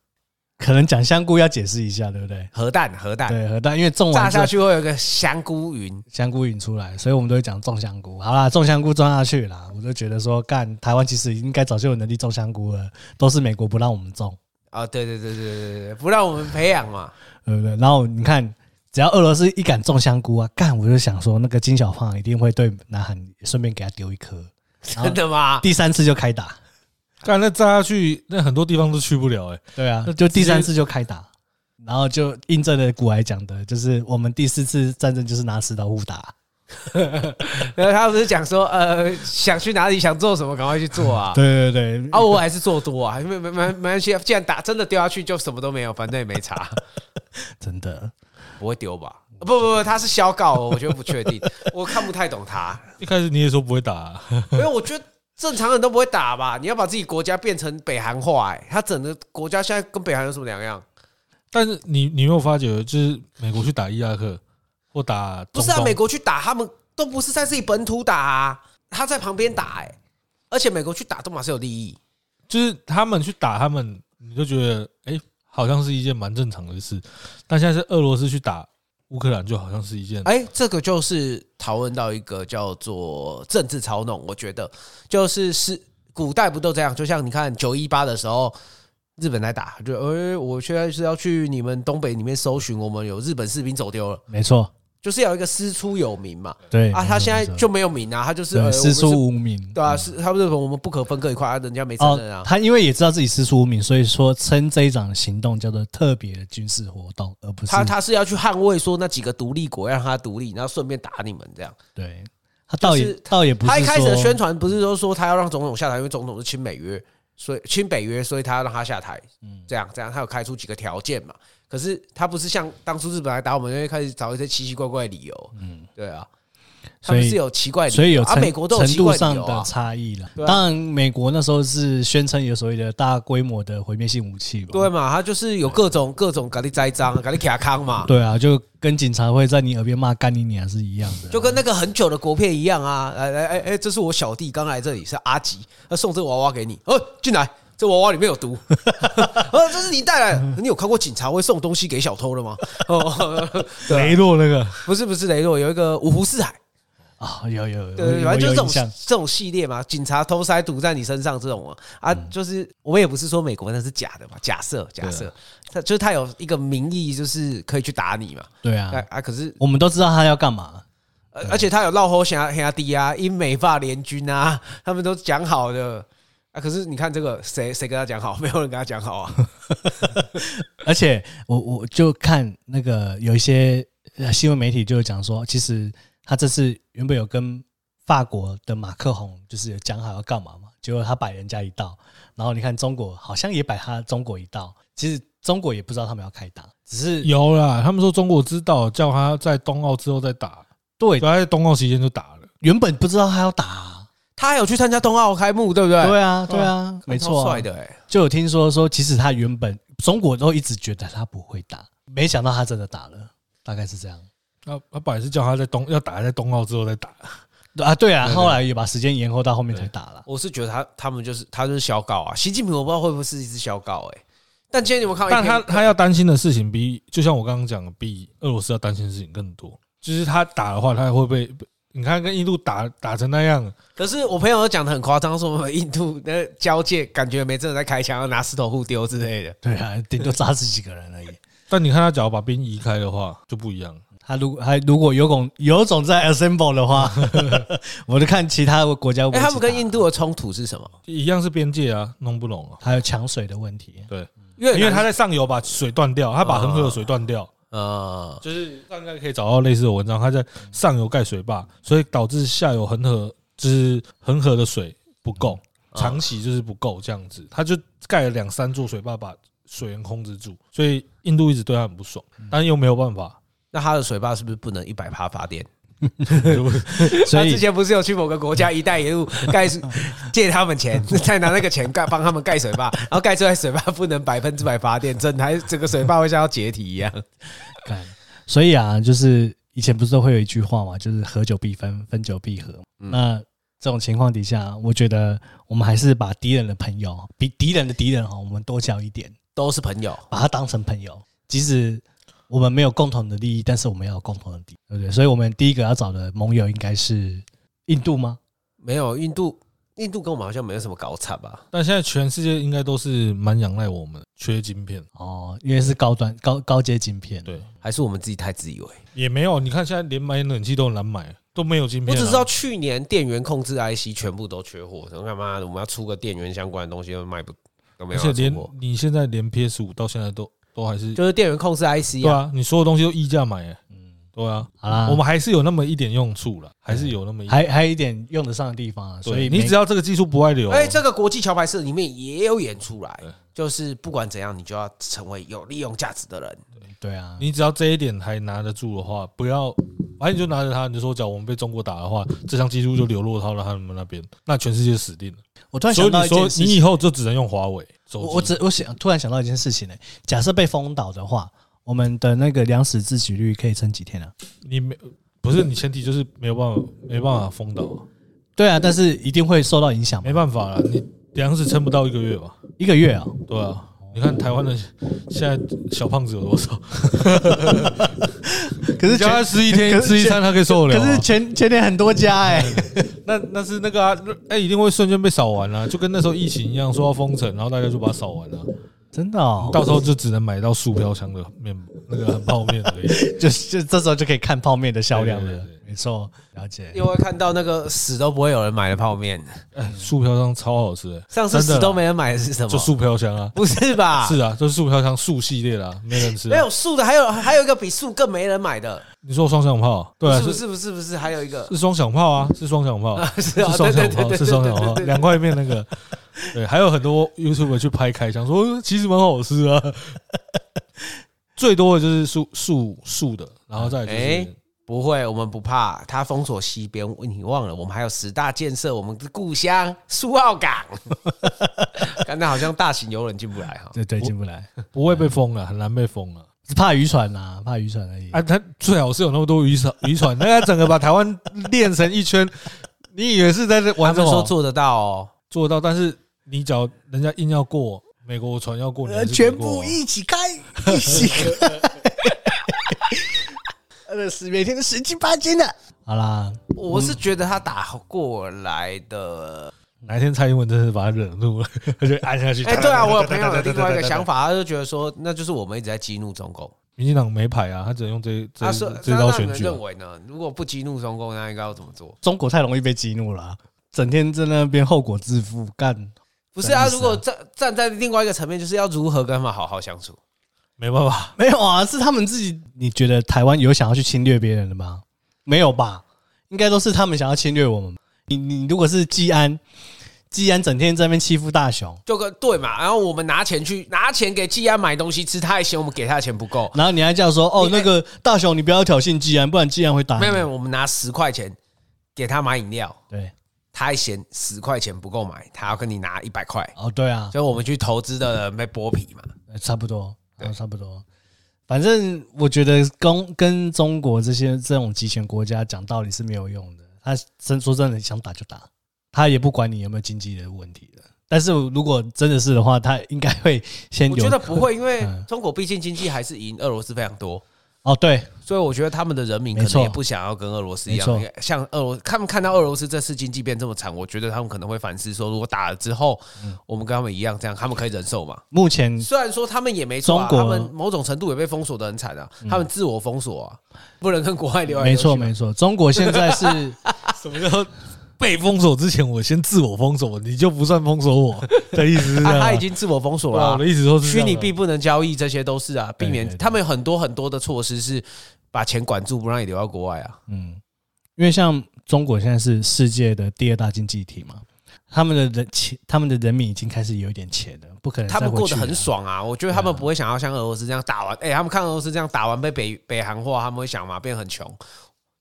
A: 可能讲香菇要解释一下，对不对？
C: 核弹核弹
A: 对，核弹因为种
C: 炸
A: 完之后
C: 下去会有个香菇云，
A: 香菇引出来，所以我们都会讲种香菇。好啦，种香菇种下去啦，我就觉得说，干台湾其实应该早就有能力种香菇了，都是美国不让我们种，
C: 啊！对对对对对对对，不让我们培养嘛，
A: 对不对？然后你看，只要俄罗斯一敢种香菇啊，干我就想说，那个金小胖一定会对南韩顺便给他丢一颗，然后
C: 真的吗？
A: 啊第三次就开打。
B: 干那炸下去，那很多地方都去不了哎、
A: 对啊
B: 那，
A: 就
B: 直接
A: 第三次就开打，然后就印证了古来讲的，就是我们第四次战争就是拿石头互打。
C: 然后他不是讲说，呃，想去哪里想做什么，赶快去做啊！
A: 对对对，
C: 啊，我还是做多啊，没没没没关系啊，既然打真的丢下去就什么都没有，反正也没差，
A: 真的，
C: 不会丢吧？不不不，他是消告哦，我觉得不确 定，我看不太懂他。
B: 一开始你也说不会打、啊
C: 因为我觉得正常人都不会打吧？你要把自己国家变成北韩化、哎，他整个国家现在跟北韩有什么两样？
B: 但是你你有没有发觉，就是美国去打伊拉克或打
C: 不
B: 中
C: 是啊，
B: 东
C: 美国去打他们都不是在自己本土打、啊，他在旁边打、哎，而且美国去打都马是有利益，
B: 就是他们去打他们，你就觉得哎、诶好像是一件蛮正常的事。但现在是俄罗斯去打乌克兰，就好像是一件
C: 哎、这个就是讨论到一个叫做政治操弄，我觉得就是是古代不都这样？就像你看九一八的时候。日本来打，就哎、我现在是要去你们东北里面搜寻，我们有日本士兵走丢了，
A: 没错，
C: 就是要有一个师出有名嘛。
A: 对
C: 啊，
A: 没
C: 他
A: 错
C: 现在
A: 没错
C: 就没有名啊，他就是
A: 对
C: 呃，
A: 师
C: 我们
A: 出无名，嗯
C: 是对啊，是他们是我们不可分割一块，啊，人家没承认
A: 哦
C: 啊，，
A: 他因为也知道自己师出无名，所以说称这一场行动叫做特别的军事活动，而不是
C: 他他是要去捍卫说那几个独立国要让他独立，然后顺便打你们这样。
A: 对他倒也、
C: 就是
A: 倒也不是
C: 他一开始的
A: 说
C: 宣传不是说说他要让总统下台，因为总统是亲美约，所以亲北约，所以他要让他下台，
A: 嗯
C: 这样这样，他有开出几个条件嘛。可是他不是像当初日本来打我们，就会开始找一些奇奇怪怪的理由，嗯，对啊，他
A: 所
C: 们
A: 以
C: 是有奇怪的理由，
A: 所以有
C: 啊，
A: 程、
C: 美国都有
A: 程
C: 奇
A: 度
C: 怪的
A: 上
C: 理由
A: 的
C: 啊，
A: 差异了。
C: 对啊
A: 当然，美国那时候是宣称有所谓的大规模的毁灭性武器嘛，
C: 对嘛，他就是有各种各种给你栽赃，啊给你卡康嘛，
A: 对啊，就跟警察会在你耳边骂干你娘是一样 的。
C: 就跟那个很久的国片一样啊！哎哎哎哎，这是我小弟刚来这里，是阿吉，他送这个娃娃给你，哦，进来，这娃娃里面有毒， 哦，这是你带来的。你有看过警察会送东西给小偷的吗？哦，
B: 雷诺那个
C: 不是不是雷诺，有一个五湖四海，
A: 啊、有有有，
C: 对对，对
A: 我
C: 反正就是
A: 有
C: 这
A: 印象
C: 种这种系列嘛，警察偷塞堵在你身上这种啊啊，
A: 嗯
C: 就是我们也不是说美国那是假的嘛，假设
A: 啊
C: 假
B: 对
C: 设，他就是他有一个名义，就是可以去打你嘛，
A: 对
C: 啊
A: 啊，
C: 啊，可是
A: 我们都知道他要干嘛，
C: 而而且他有绕后下下低啊，英美法联军啊，他们都讲好的啊。可是你看这个谁谁跟他讲好？没有人跟他讲好啊。
A: 而且我我就看那个有一些呃新闻媒体就有讲说，其实他这次原本有跟法国的马克宏就是有讲好要干嘛嘛，结果他摆人家一道，然后你看中国好像也摆他中国一道，其实中国也不知道他们要开打，只是
B: 有啦，他们说中国知道，叫他在冬奥之后再打，
A: 对
B: 对，他在冬奥期间就打了。
A: 原本不知道他要打啊、
C: 他有去参加冬奥开幕，对不对？
A: 对啊，对啊，没错
C: 超
A: 啊、
C: 帅的哎，
A: 就有听说说，其实他原本中国都一直觉得他不会打，没想到他真的打了，大概是这样。
B: 他他本来是叫他在冬要打，在冬奥之后再打。
A: 啊，对啊，
B: 对对
A: 后来也把时间延后到后面才
B: 对
A: 打了。
C: 我是觉得他他们就是他就是小稿啊，习近平我不知道会不会是一只小稿哎，但今天你们看到一
B: 但
C: 篇，
B: 他他要担心的事情比，就像我刚刚讲的，比俄罗斯要担心的事情更多。就是他打的话，他会被被你看跟印度打打成那样，
C: 可是我朋友讲的很夸张，说我们印度那交界感觉没真的在开枪，要拿石头互丢之类的。
A: 对啊，顶多砸死几个人而已。
B: 但你看他只要把兵移开的话，就不一样。
A: 他如还如果有种有种在 assemble 的话， 我就看其他国家会不会一
C: 哎、
A: 起打。
C: 他们跟印度的冲突是什么？
B: 一样是边界啊，弄不拢啊。
A: 还有抢水的问题，
B: 对，
C: 越
B: 因为他
C: 南
B: 在上游把水断掉，他把恒河的水断掉，
C: 呃，
B: 就是大概可以找到类似的文章。他在上游盖水坝，所以导致下游恒河就是恒河的水不够，
C: 嗯
B: 长期就是不够这样子。他就盖了两三座水坝，把水源控制住，所以印度一直对他很不爽，
C: 嗯
B: 但又没有办法。
C: 那他的水坝是不是不能一百趴发电？
A: 所
C: 他之
A: 以
C: 前不是有去某个国家“一带一路”盖借他们钱， 再拿那个钱盖帮他们盖水坝，然后盖出来水坝不能百分之百发电，整台整个水坝会像要解体一样。
A: 干所以啊，就是以前不是都会有一句话嘛，就是合久必分，分久必合。
B: 嗯
A: 那这种情况底下，我觉得我们还是把敌人的朋友，比敌人的敌人哈，我们多交一点，
C: 都是朋友，
A: 把他当成朋友，即使我们没有共同的利益，但是我们要有共同的敌，对不对？所以我们第一个要找的盟友应该是印度吗？
C: 没有印度，印度跟我们好像没有什么搞惨吧？
B: 但现在全世界应该都是蛮仰赖我们，缺晶片。
A: 哦，因为是高端高高阶晶片，
B: 对，
C: 还是我们自己太自以为？
B: 也没有。你看现在连买冷气都很难买，都没有晶片、啊。
C: 我只知道去年电源控制 IC 全部都缺货，然后干嘛？我们要出个电源相关的东西都卖不，都
B: 而
C: 没有啊
B: 且
C: 要出
B: 连
C: 货，
B: 你现在连 PS 五到现在都都还是
C: 就是电源控制 IC
B: 对
C: 啊。
B: 啊，你所有东西都溢价买、欸，
C: 嗯
B: 对啊，
A: 好啦，
B: 我们还是有那么一点用处了，
C: 哎
B: 还是有那么一点。
A: 还还有一点用得上的地方啊，所
B: 所以
A: 以
B: 你
A: 每
B: 只要这个技术不外流，
C: 哎、这个国际桥牌社里面也有演出来
B: 对，
C: 就是不管怎样，你就要成为有利用价值的人。
B: 嗯
A: 对啊，
B: 你只要这一点还拿得住的话，不要，反正你就拿着它，你就说，假如我们被中国打的话，这项技术就流落到了他们那边，那全世界死定了。
A: 我突然
B: 所
A: 想
B: 以
A: 到
B: 你
A: 一件
B: 说
A: 事情
B: 你以后就只能用华为手
A: 我我
B: 机，
A: 只我想突然想到一件事情呢、假设被封岛的话，我们的那个粮食自给率可以撑几天啊？
B: 你没不是你前提就是没有办法没办法封岛，
A: 对啊，但是一定会受到影响嘛，
B: 没办法了，你粮食撑不到一个月吧？
A: 一个月啊、
B: 对啊。你看台湾的现在小胖子有多少？
A: 可
B: 你
A: 是
B: 叫
A: 前
B: 他吃一天
A: 可是
B: 吃一
A: 前
B: 餐，他可以受得了哦
A: 可
B: 吗。
A: 是前前年很多家哎、
B: 那那是那个啊，哎、一定会瞬间被扫完啊啦、就跟那时候疫情一样，说要封城，然后大家就把它扫完 了、啊
A: 真的哦，
B: 到时候就只能买到塑标枪的面那个泡 面而已。
A: 就就这时候就可以看泡面的销量
B: 对
A: 了
B: 对对，
A: 没错，了解。
C: 因为看到那个死都不会有人买的泡面，
B: 哎、塑标枪超好吃、欸，
C: 上次
B: 真
C: 死
B: 的
C: 都
B: 啦
C: 没人买的是什
B: 就
C: 么？
B: 塑标枪啊，
C: 不是吧？
B: 是啊，就是塑标枪塑系列啦，没人吃、
C: 没
B: 啊。
C: 有素的，还有还有一个比素更没人买的，
B: 你说双响炮，对啊，
C: 是不
B: 是
C: 是？不是不是，还有一个
B: 是双响炮啊，是双响炮，
C: 是嗯啊，
B: 是
C: 对
B: 双响
C: 对对
B: 炮，
C: 对
B: 是
C: 对
B: 双
C: 对
B: 响炮
C: 对，对，
B: 两块面那个。对，还有很多 YouTube 去拍开箱，说呃其实蛮好吃啊。 最多的就是素素素的，然后再来就是、
C: 哎不会，我们不怕。他封锁西边，你忘了，我们还有十大建设，我们的故乡苏澳 港。刚才好像大型游轮进不来哈。
A: 对对，进不来，
B: 不会被封啊了，很难被封了。
A: 是怕渔船啦，怕渔船而
C: 嗯
A: 已。
B: 啊，他最好是有那么多渔船， 渔船，那他整个把台湾练成一圈， 你以为是在这
C: 他
B: 玩什
C: 们说
B: 么？
C: 做得到哦，
B: 做到，但是你只要人家硬要过美国船要过，你还是
A: 呃全
B: 得过啊
C: 呃
A: 部一起开，一起 开。 呃，是每天都十斤八斤的。好啦，
C: 我
B: 嗯
C: 是觉得他打过来的。
B: 哪一天蔡英文真是把他惹怒了，他就按下去。
C: 哎，对啊，我有朋友有另外一个想法，他就觉得说，那就是我们一直在激怒中共。
B: 民进党没牌啊，他只能用这这
C: 他说，
B: 这
C: 那
B: 招
C: 那你
B: 选
C: 们
B: 举啊。
C: 认为呢？如果不激怒中共，那应该要怎么做？
A: 中国太容易被激怒了啊，整天在那边后果自负，干
C: 不是啊，
A: 什么意思啊
C: 如果站站在另外一个层面，就是要如何跟他们好好相处。
B: 没办法，
A: 没有啊？是他们自己。你觉得台湾有想要去侵略别人的吗？没有吧？应该都是他们想要侵略我们。你你如果是季安，季安整天在那边欺负大雄，
C: 就跟对嘛，
B: 嗯
C: 然后我们拿钱去拿钱给季安买东西吃，他还嫌我们给他的钱不够。
A: 然后你还这样说哦，
C: 你
A: 那个大雄你不要挑衅季安，不然季安会打你。
C: 没有没有，我们拿十块钱给他买饮料，
A: 对，
C: 他还嫌十块钱不够买，他要跟你拿一百块。
A: 哦对啊，
C: 就我们去投资的人被剥皮嘛，
A: 呃差不多，呃差不多。反正我觉得跟跟中国这些这种集权国家讲道理是没有用的。他真说真的，想打就打，他也不管你有没有经济的问题的。但是如果真的是的话，他应该会先
C: 我
A: 有。
C: 觉得不会，因为
A: 嗯
C: 中国毕竟经济还是赢俄罗斯非常多，
A: 哦，对，
C: 所以我觉得他们的人民可
A: 没错
C: 能也不想要跟俄罗斯一
A: 没错
C: 样，像俄罗他们看到俄罗斯这次经济变这么惨，我觉得他们可能会反思说，如果打了之后，
A: 嗯
C: 我们跟他们一样，这样他们可以忍受嘛？
A: 目前
C: 虽然说他们也没错、
A: 嗯
C: 啊，
A: 中国嗯
C: 他们某种程度也被封锁的很惨啊，他们自我封锁啊，不能跟国外
B: 啊
C: 留
A: 没错没
C: 错，
A: 错，中国现在是
B: 什么叫被封锁之前，我先自我封锁，你就不算封锁 我的意思是这
C: 啊
B: 样吗？
C: 他已经自我封锁
B: 对
C: 了、
B: 啊，我
C: 啊
B: 的，意思说是这
C: 虚
B: 样啊
C: 拟币不能交易，这些都是啊，避
A: 对对
C: 免
A: 对
C: 他们有很多很多的措施是把钱管住，不让你留到国外啊。
A: 嗯，因为像中国现在是世界的第二大经济体嘛，他们的人钱，他们的人民已经开始有一点钱了，不可能
C: 他
A: 再
C: 们
A: 回
C: 过
A: 去
C: 得很
A: 了
C: 爽啊，我觉得他们不会想要像俄罗斯这样打完，哎、他们看俄罗斯这样打完被北北韩化，他们会想嘛，变很穷，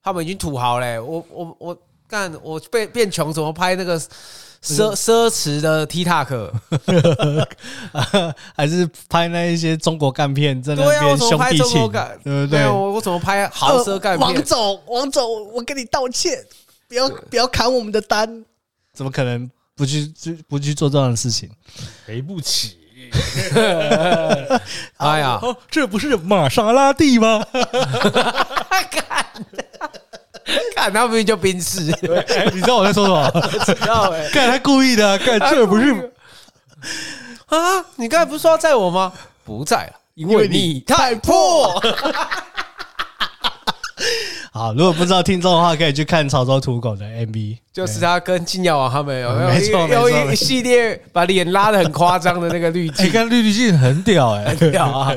C: 他们已经土豪嘞、我我我干，我被变穷怎么拍那个奢奢侈的 TikTok？
A: 还是拍那一些中国干片在那
C: 对啊，我
A: 边
C: 怎
A: 兄
C: 么拍
A: 弟
C: 中国
A: 情，
C: 干？
A: 对不对？
C: 啊我我怎么拍豪奢干片？
A: 总，呃王总，我跟你道歉，不要不要砍我们的单，怎么可能不去就不去做这样的事情？
B: 赔不起。
C: 哎呀，
B: 哦，这不是玛莎拉蒂吗？
C: 看，看他们就冰 室，
A: 哎 你知道我在说什么？
C: 知道哎、
A: 看他故意的啊，看这不是
C: 啊，你刚才不是说要载我吗？不在了，因
A: 为
C: 为
A: 你
C: 你太破。
A: 好。如果不知道听众的话，可以去看潮州土狗的 MV，
C: 就是他跟金鸟王他们有
A: 没错
C: 有
A: 没错
C: 一有一系列把脸拉的很夸张的那个滤
B: 哎，
C: 镜，
B: 看绿滤镜很屌哎，
C: 掉啊！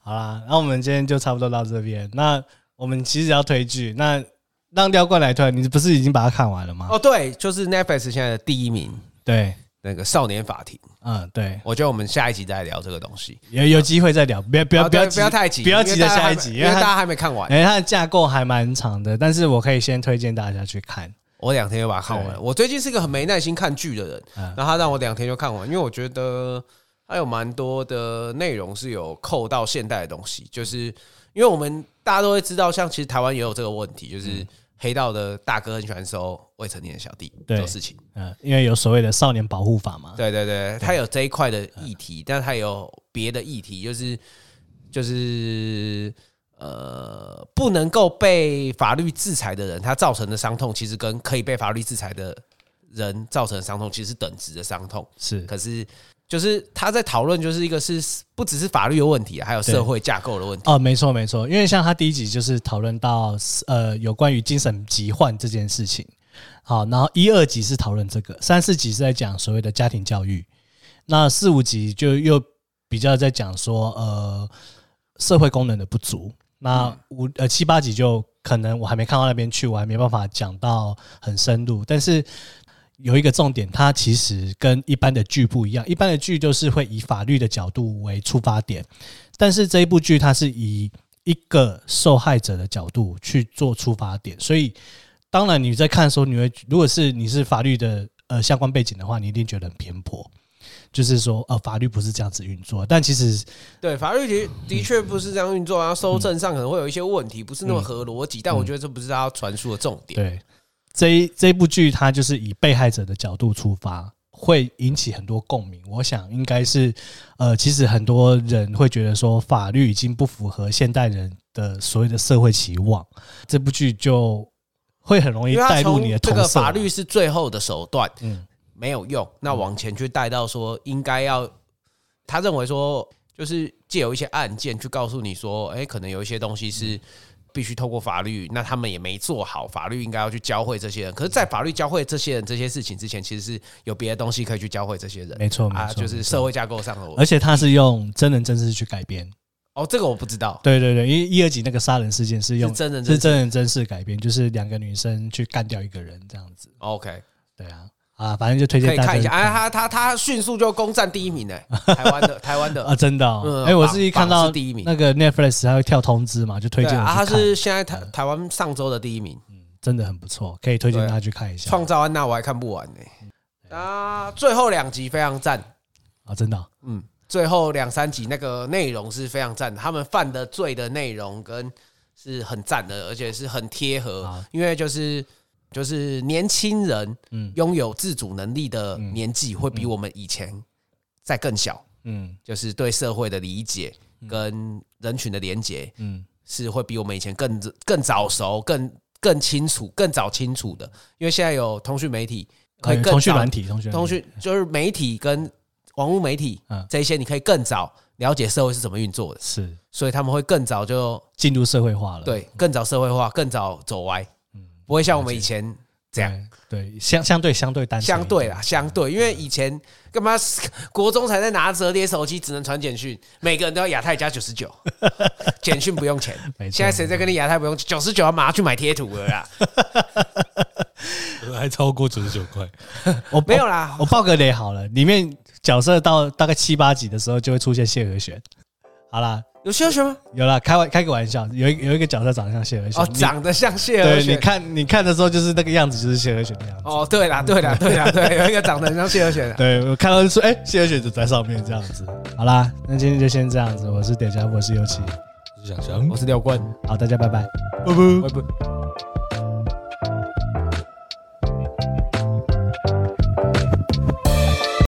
A: 好啦，那我们今天就差不多到这边。那我们其实要推剧，那让廖冠来推，你不是已经把它看完了吗？
C: 哦，对，就是 Netflix 现在的第一名
A: 对，
C: 那个《少年法庭》，
A: 嗯，对，
C: 我觉得我们下一集再聊这个东西，
A: 有有机会再聊，不要不要
C: 啊
A: 不要
C: 对不要太急，
A: 不要急
C: 因为
A: 着
C: 大家
A: 下
C: 还
A: 一
C: 没
A: 集，
C: 因
A: 因
C: 为
A: 为
C: 大家
A: 它
C: 还没看完。
A: 哎它的架构还蛮长的，但是我可以先推荐大家去看。
C: 我两天就把它看
A: 对
C: 完。我最近是个很没耐心看剧的人，
A: 嗯
C: 然后他让我两天就看完，因为我觉得它有蛮多的内容是有扣到现代的东西，就是因为我们大家都会知道，像其实台湾也有这个问题，
A: 嗯
C: 就是黑道的大哥很喜欢收未成年的小弟
A: 对
C: 做事情。
A: 嗯，因为有所谓的少年保护法嘛，
C: 对对对，它有这一块的议题，但它也有别的议题，就是就是呃，不能够被法律制裁的人，他造成的伤痛，其实跟可以被法律制裁的人造成的伤痛，其实是等值的伤痛。
A: 是
C: 可是就是他在讨论，就是一个是不只是法律的问题啊，还有社
A: 对
C: 会架构的问题。
A: 哦，没错没错，因为像他第一集就是讨论到呃有关于精神疾患这件事情，好，然后一二集是讨论这个，三四集是在讲所谓的家庭教育，那四五集就又比较在讲说呃社会功能的不足，
C: 嗯
A: 那五呃七八集就可能我还没看到那边去，我还没办法讲到很深入，但是。有一个重点，它其实跟一般的剧不一样。一般的剧就是会以法律的角度为出发点，但是这一部剧它是以一个受害者的角度去做出发点，所以当然你在看的时候，你会如果是你是法律的呃相关背景的话，你一定觉得很偏颇，就是说呃法律不是这样子运作，但其实
C: 对，法律的的确不是这样运作啊，收证上可能会有一些问题，不是那么合逻辑，但我觉得这不是他要传输的重点。
A: 对这一这一部剧它就是以被害者的角度出发。会引起很多共鸣，我想应该是，呃，其实很多人会觉得说法律已经不符合现代人的所谓的社会期望，这部剧就会很容易
C: 因为他
A: 带入
C: 从
A: 你的
C: 这
A: 投
C: 个
A: 射
C: 法
A: 嘛。
C: 律是最后的手段，
A: 嗯
C: 没有用。那往前去带到说，应该要他认为说，就是借由一些案件去告诉你说，哎、可能有一些东西
A: 嗯
C: 是必须透过法律，那他们也没做好，法律应该要去教会这些人。可是，在法律教会这些人这些事情之前，其实是有别的东西可以去教会这些人。
A: 没错，没
C: 啊，
A: 错，
C: 就是
A: 没错
C: 社会架构上的问
A: 而且它是用真人真事去改编，
C: 哦，这个我不知道。
A: 对对对，因为一二级那个杀人事件是用
C: 是真人真
A: 是
C: 事
A: 真人真事改编，就是两个女生去干掉一个人这样子。
C: OK，
A: 对啊，啊，反正就推
C: 可
A: 荐
C: 以
A: 大家
C: 看一下。哎，他他他迅速就攻占第一名 哎，台湾的台湾的
A: 啊，真的 哦、
C: 嗯
A: 哎、我
C: 榜
A: 是一看
C: 榜
A: 到
C: 是第一名
A: 那个 Netflix 它会跳通知嘛，就推
C: 对
A: 荐我去
C: 啊，他
A: 看嗯
C: 是现在台台湾上周的第一名，
A: 真的很不错，可以推荐
C: 对啊
A: 大家去看一下。
C: 创造安娜我还看不完呢。啊，最后两集非常赞，
A: 啊，真的哦、
C: 嗯，最后两三集那个内容是非常赞的，他们犯的罪的内容跟是很赞的，而且是很贴合
A: 啊，
C: 因为就是就是年轻人
A: 嗯
C: 拥有自主能力的年纪会比我们以前再更小，
A: 嗯
C: 就是对社会的理解跟人群的连接
A: 嗯
C: 是会比我们以前更更早熟、更更清楚、更早清楚的，因为现在有通讯媒体可以
A: 呃
C: 更
A: 通讯
C: 早
A: 软体，通讯软
C: 通
A: 体
C: 讯就是媒体跟网络媒体
A: 嗯
C: 这一些，你可以更早了解社会是怎么运作的，
A: 是
C: 所以他们会更早就
A: 进入社会化了。
C: 对更早社会化，更早走歪，
A: 嗯，
C: 不会像我们以前这样。
A: 对，对相相对相对单纯
C: 相对啦，
A: 一
C: 相对，因为以前干嘛国中才在拿折叠手机，只能传简讯，每个人都要亚太加九十九， 简讯不用钱。
A: 没错
C: 现在谁在跟你亚太不用九十九，要马上去买贴图了啦？
B: 还超过九十九块。
A: 点我
C: 没有啦
A: 我，我爆个雷好了，里面角色到大概七八集的时候就会出现谢和弦。好啦，
C: 有休学吗？
A: 有啦，开玩开个玩笑，有一有一个角色长得像谢和弦，
C: 哦，
A: 你
C: 长得像谢和
A: 对，你
C: 弦。
A: 看你看的时候就是那个样子，就是谢和弦的样子。
C: 哦，对啦，对啦，对啦，对，有一个长得很像谢和弦的。
A: 对，我看到就说，哎、谢和弦就在上面这样子。好啦，那今天就先这样子。我是点家，我是尤奇。
B: 我是想想
C: 我，是廖冠，
A: 好，大家拜拜。
B: 拜拜。
C: 我也不。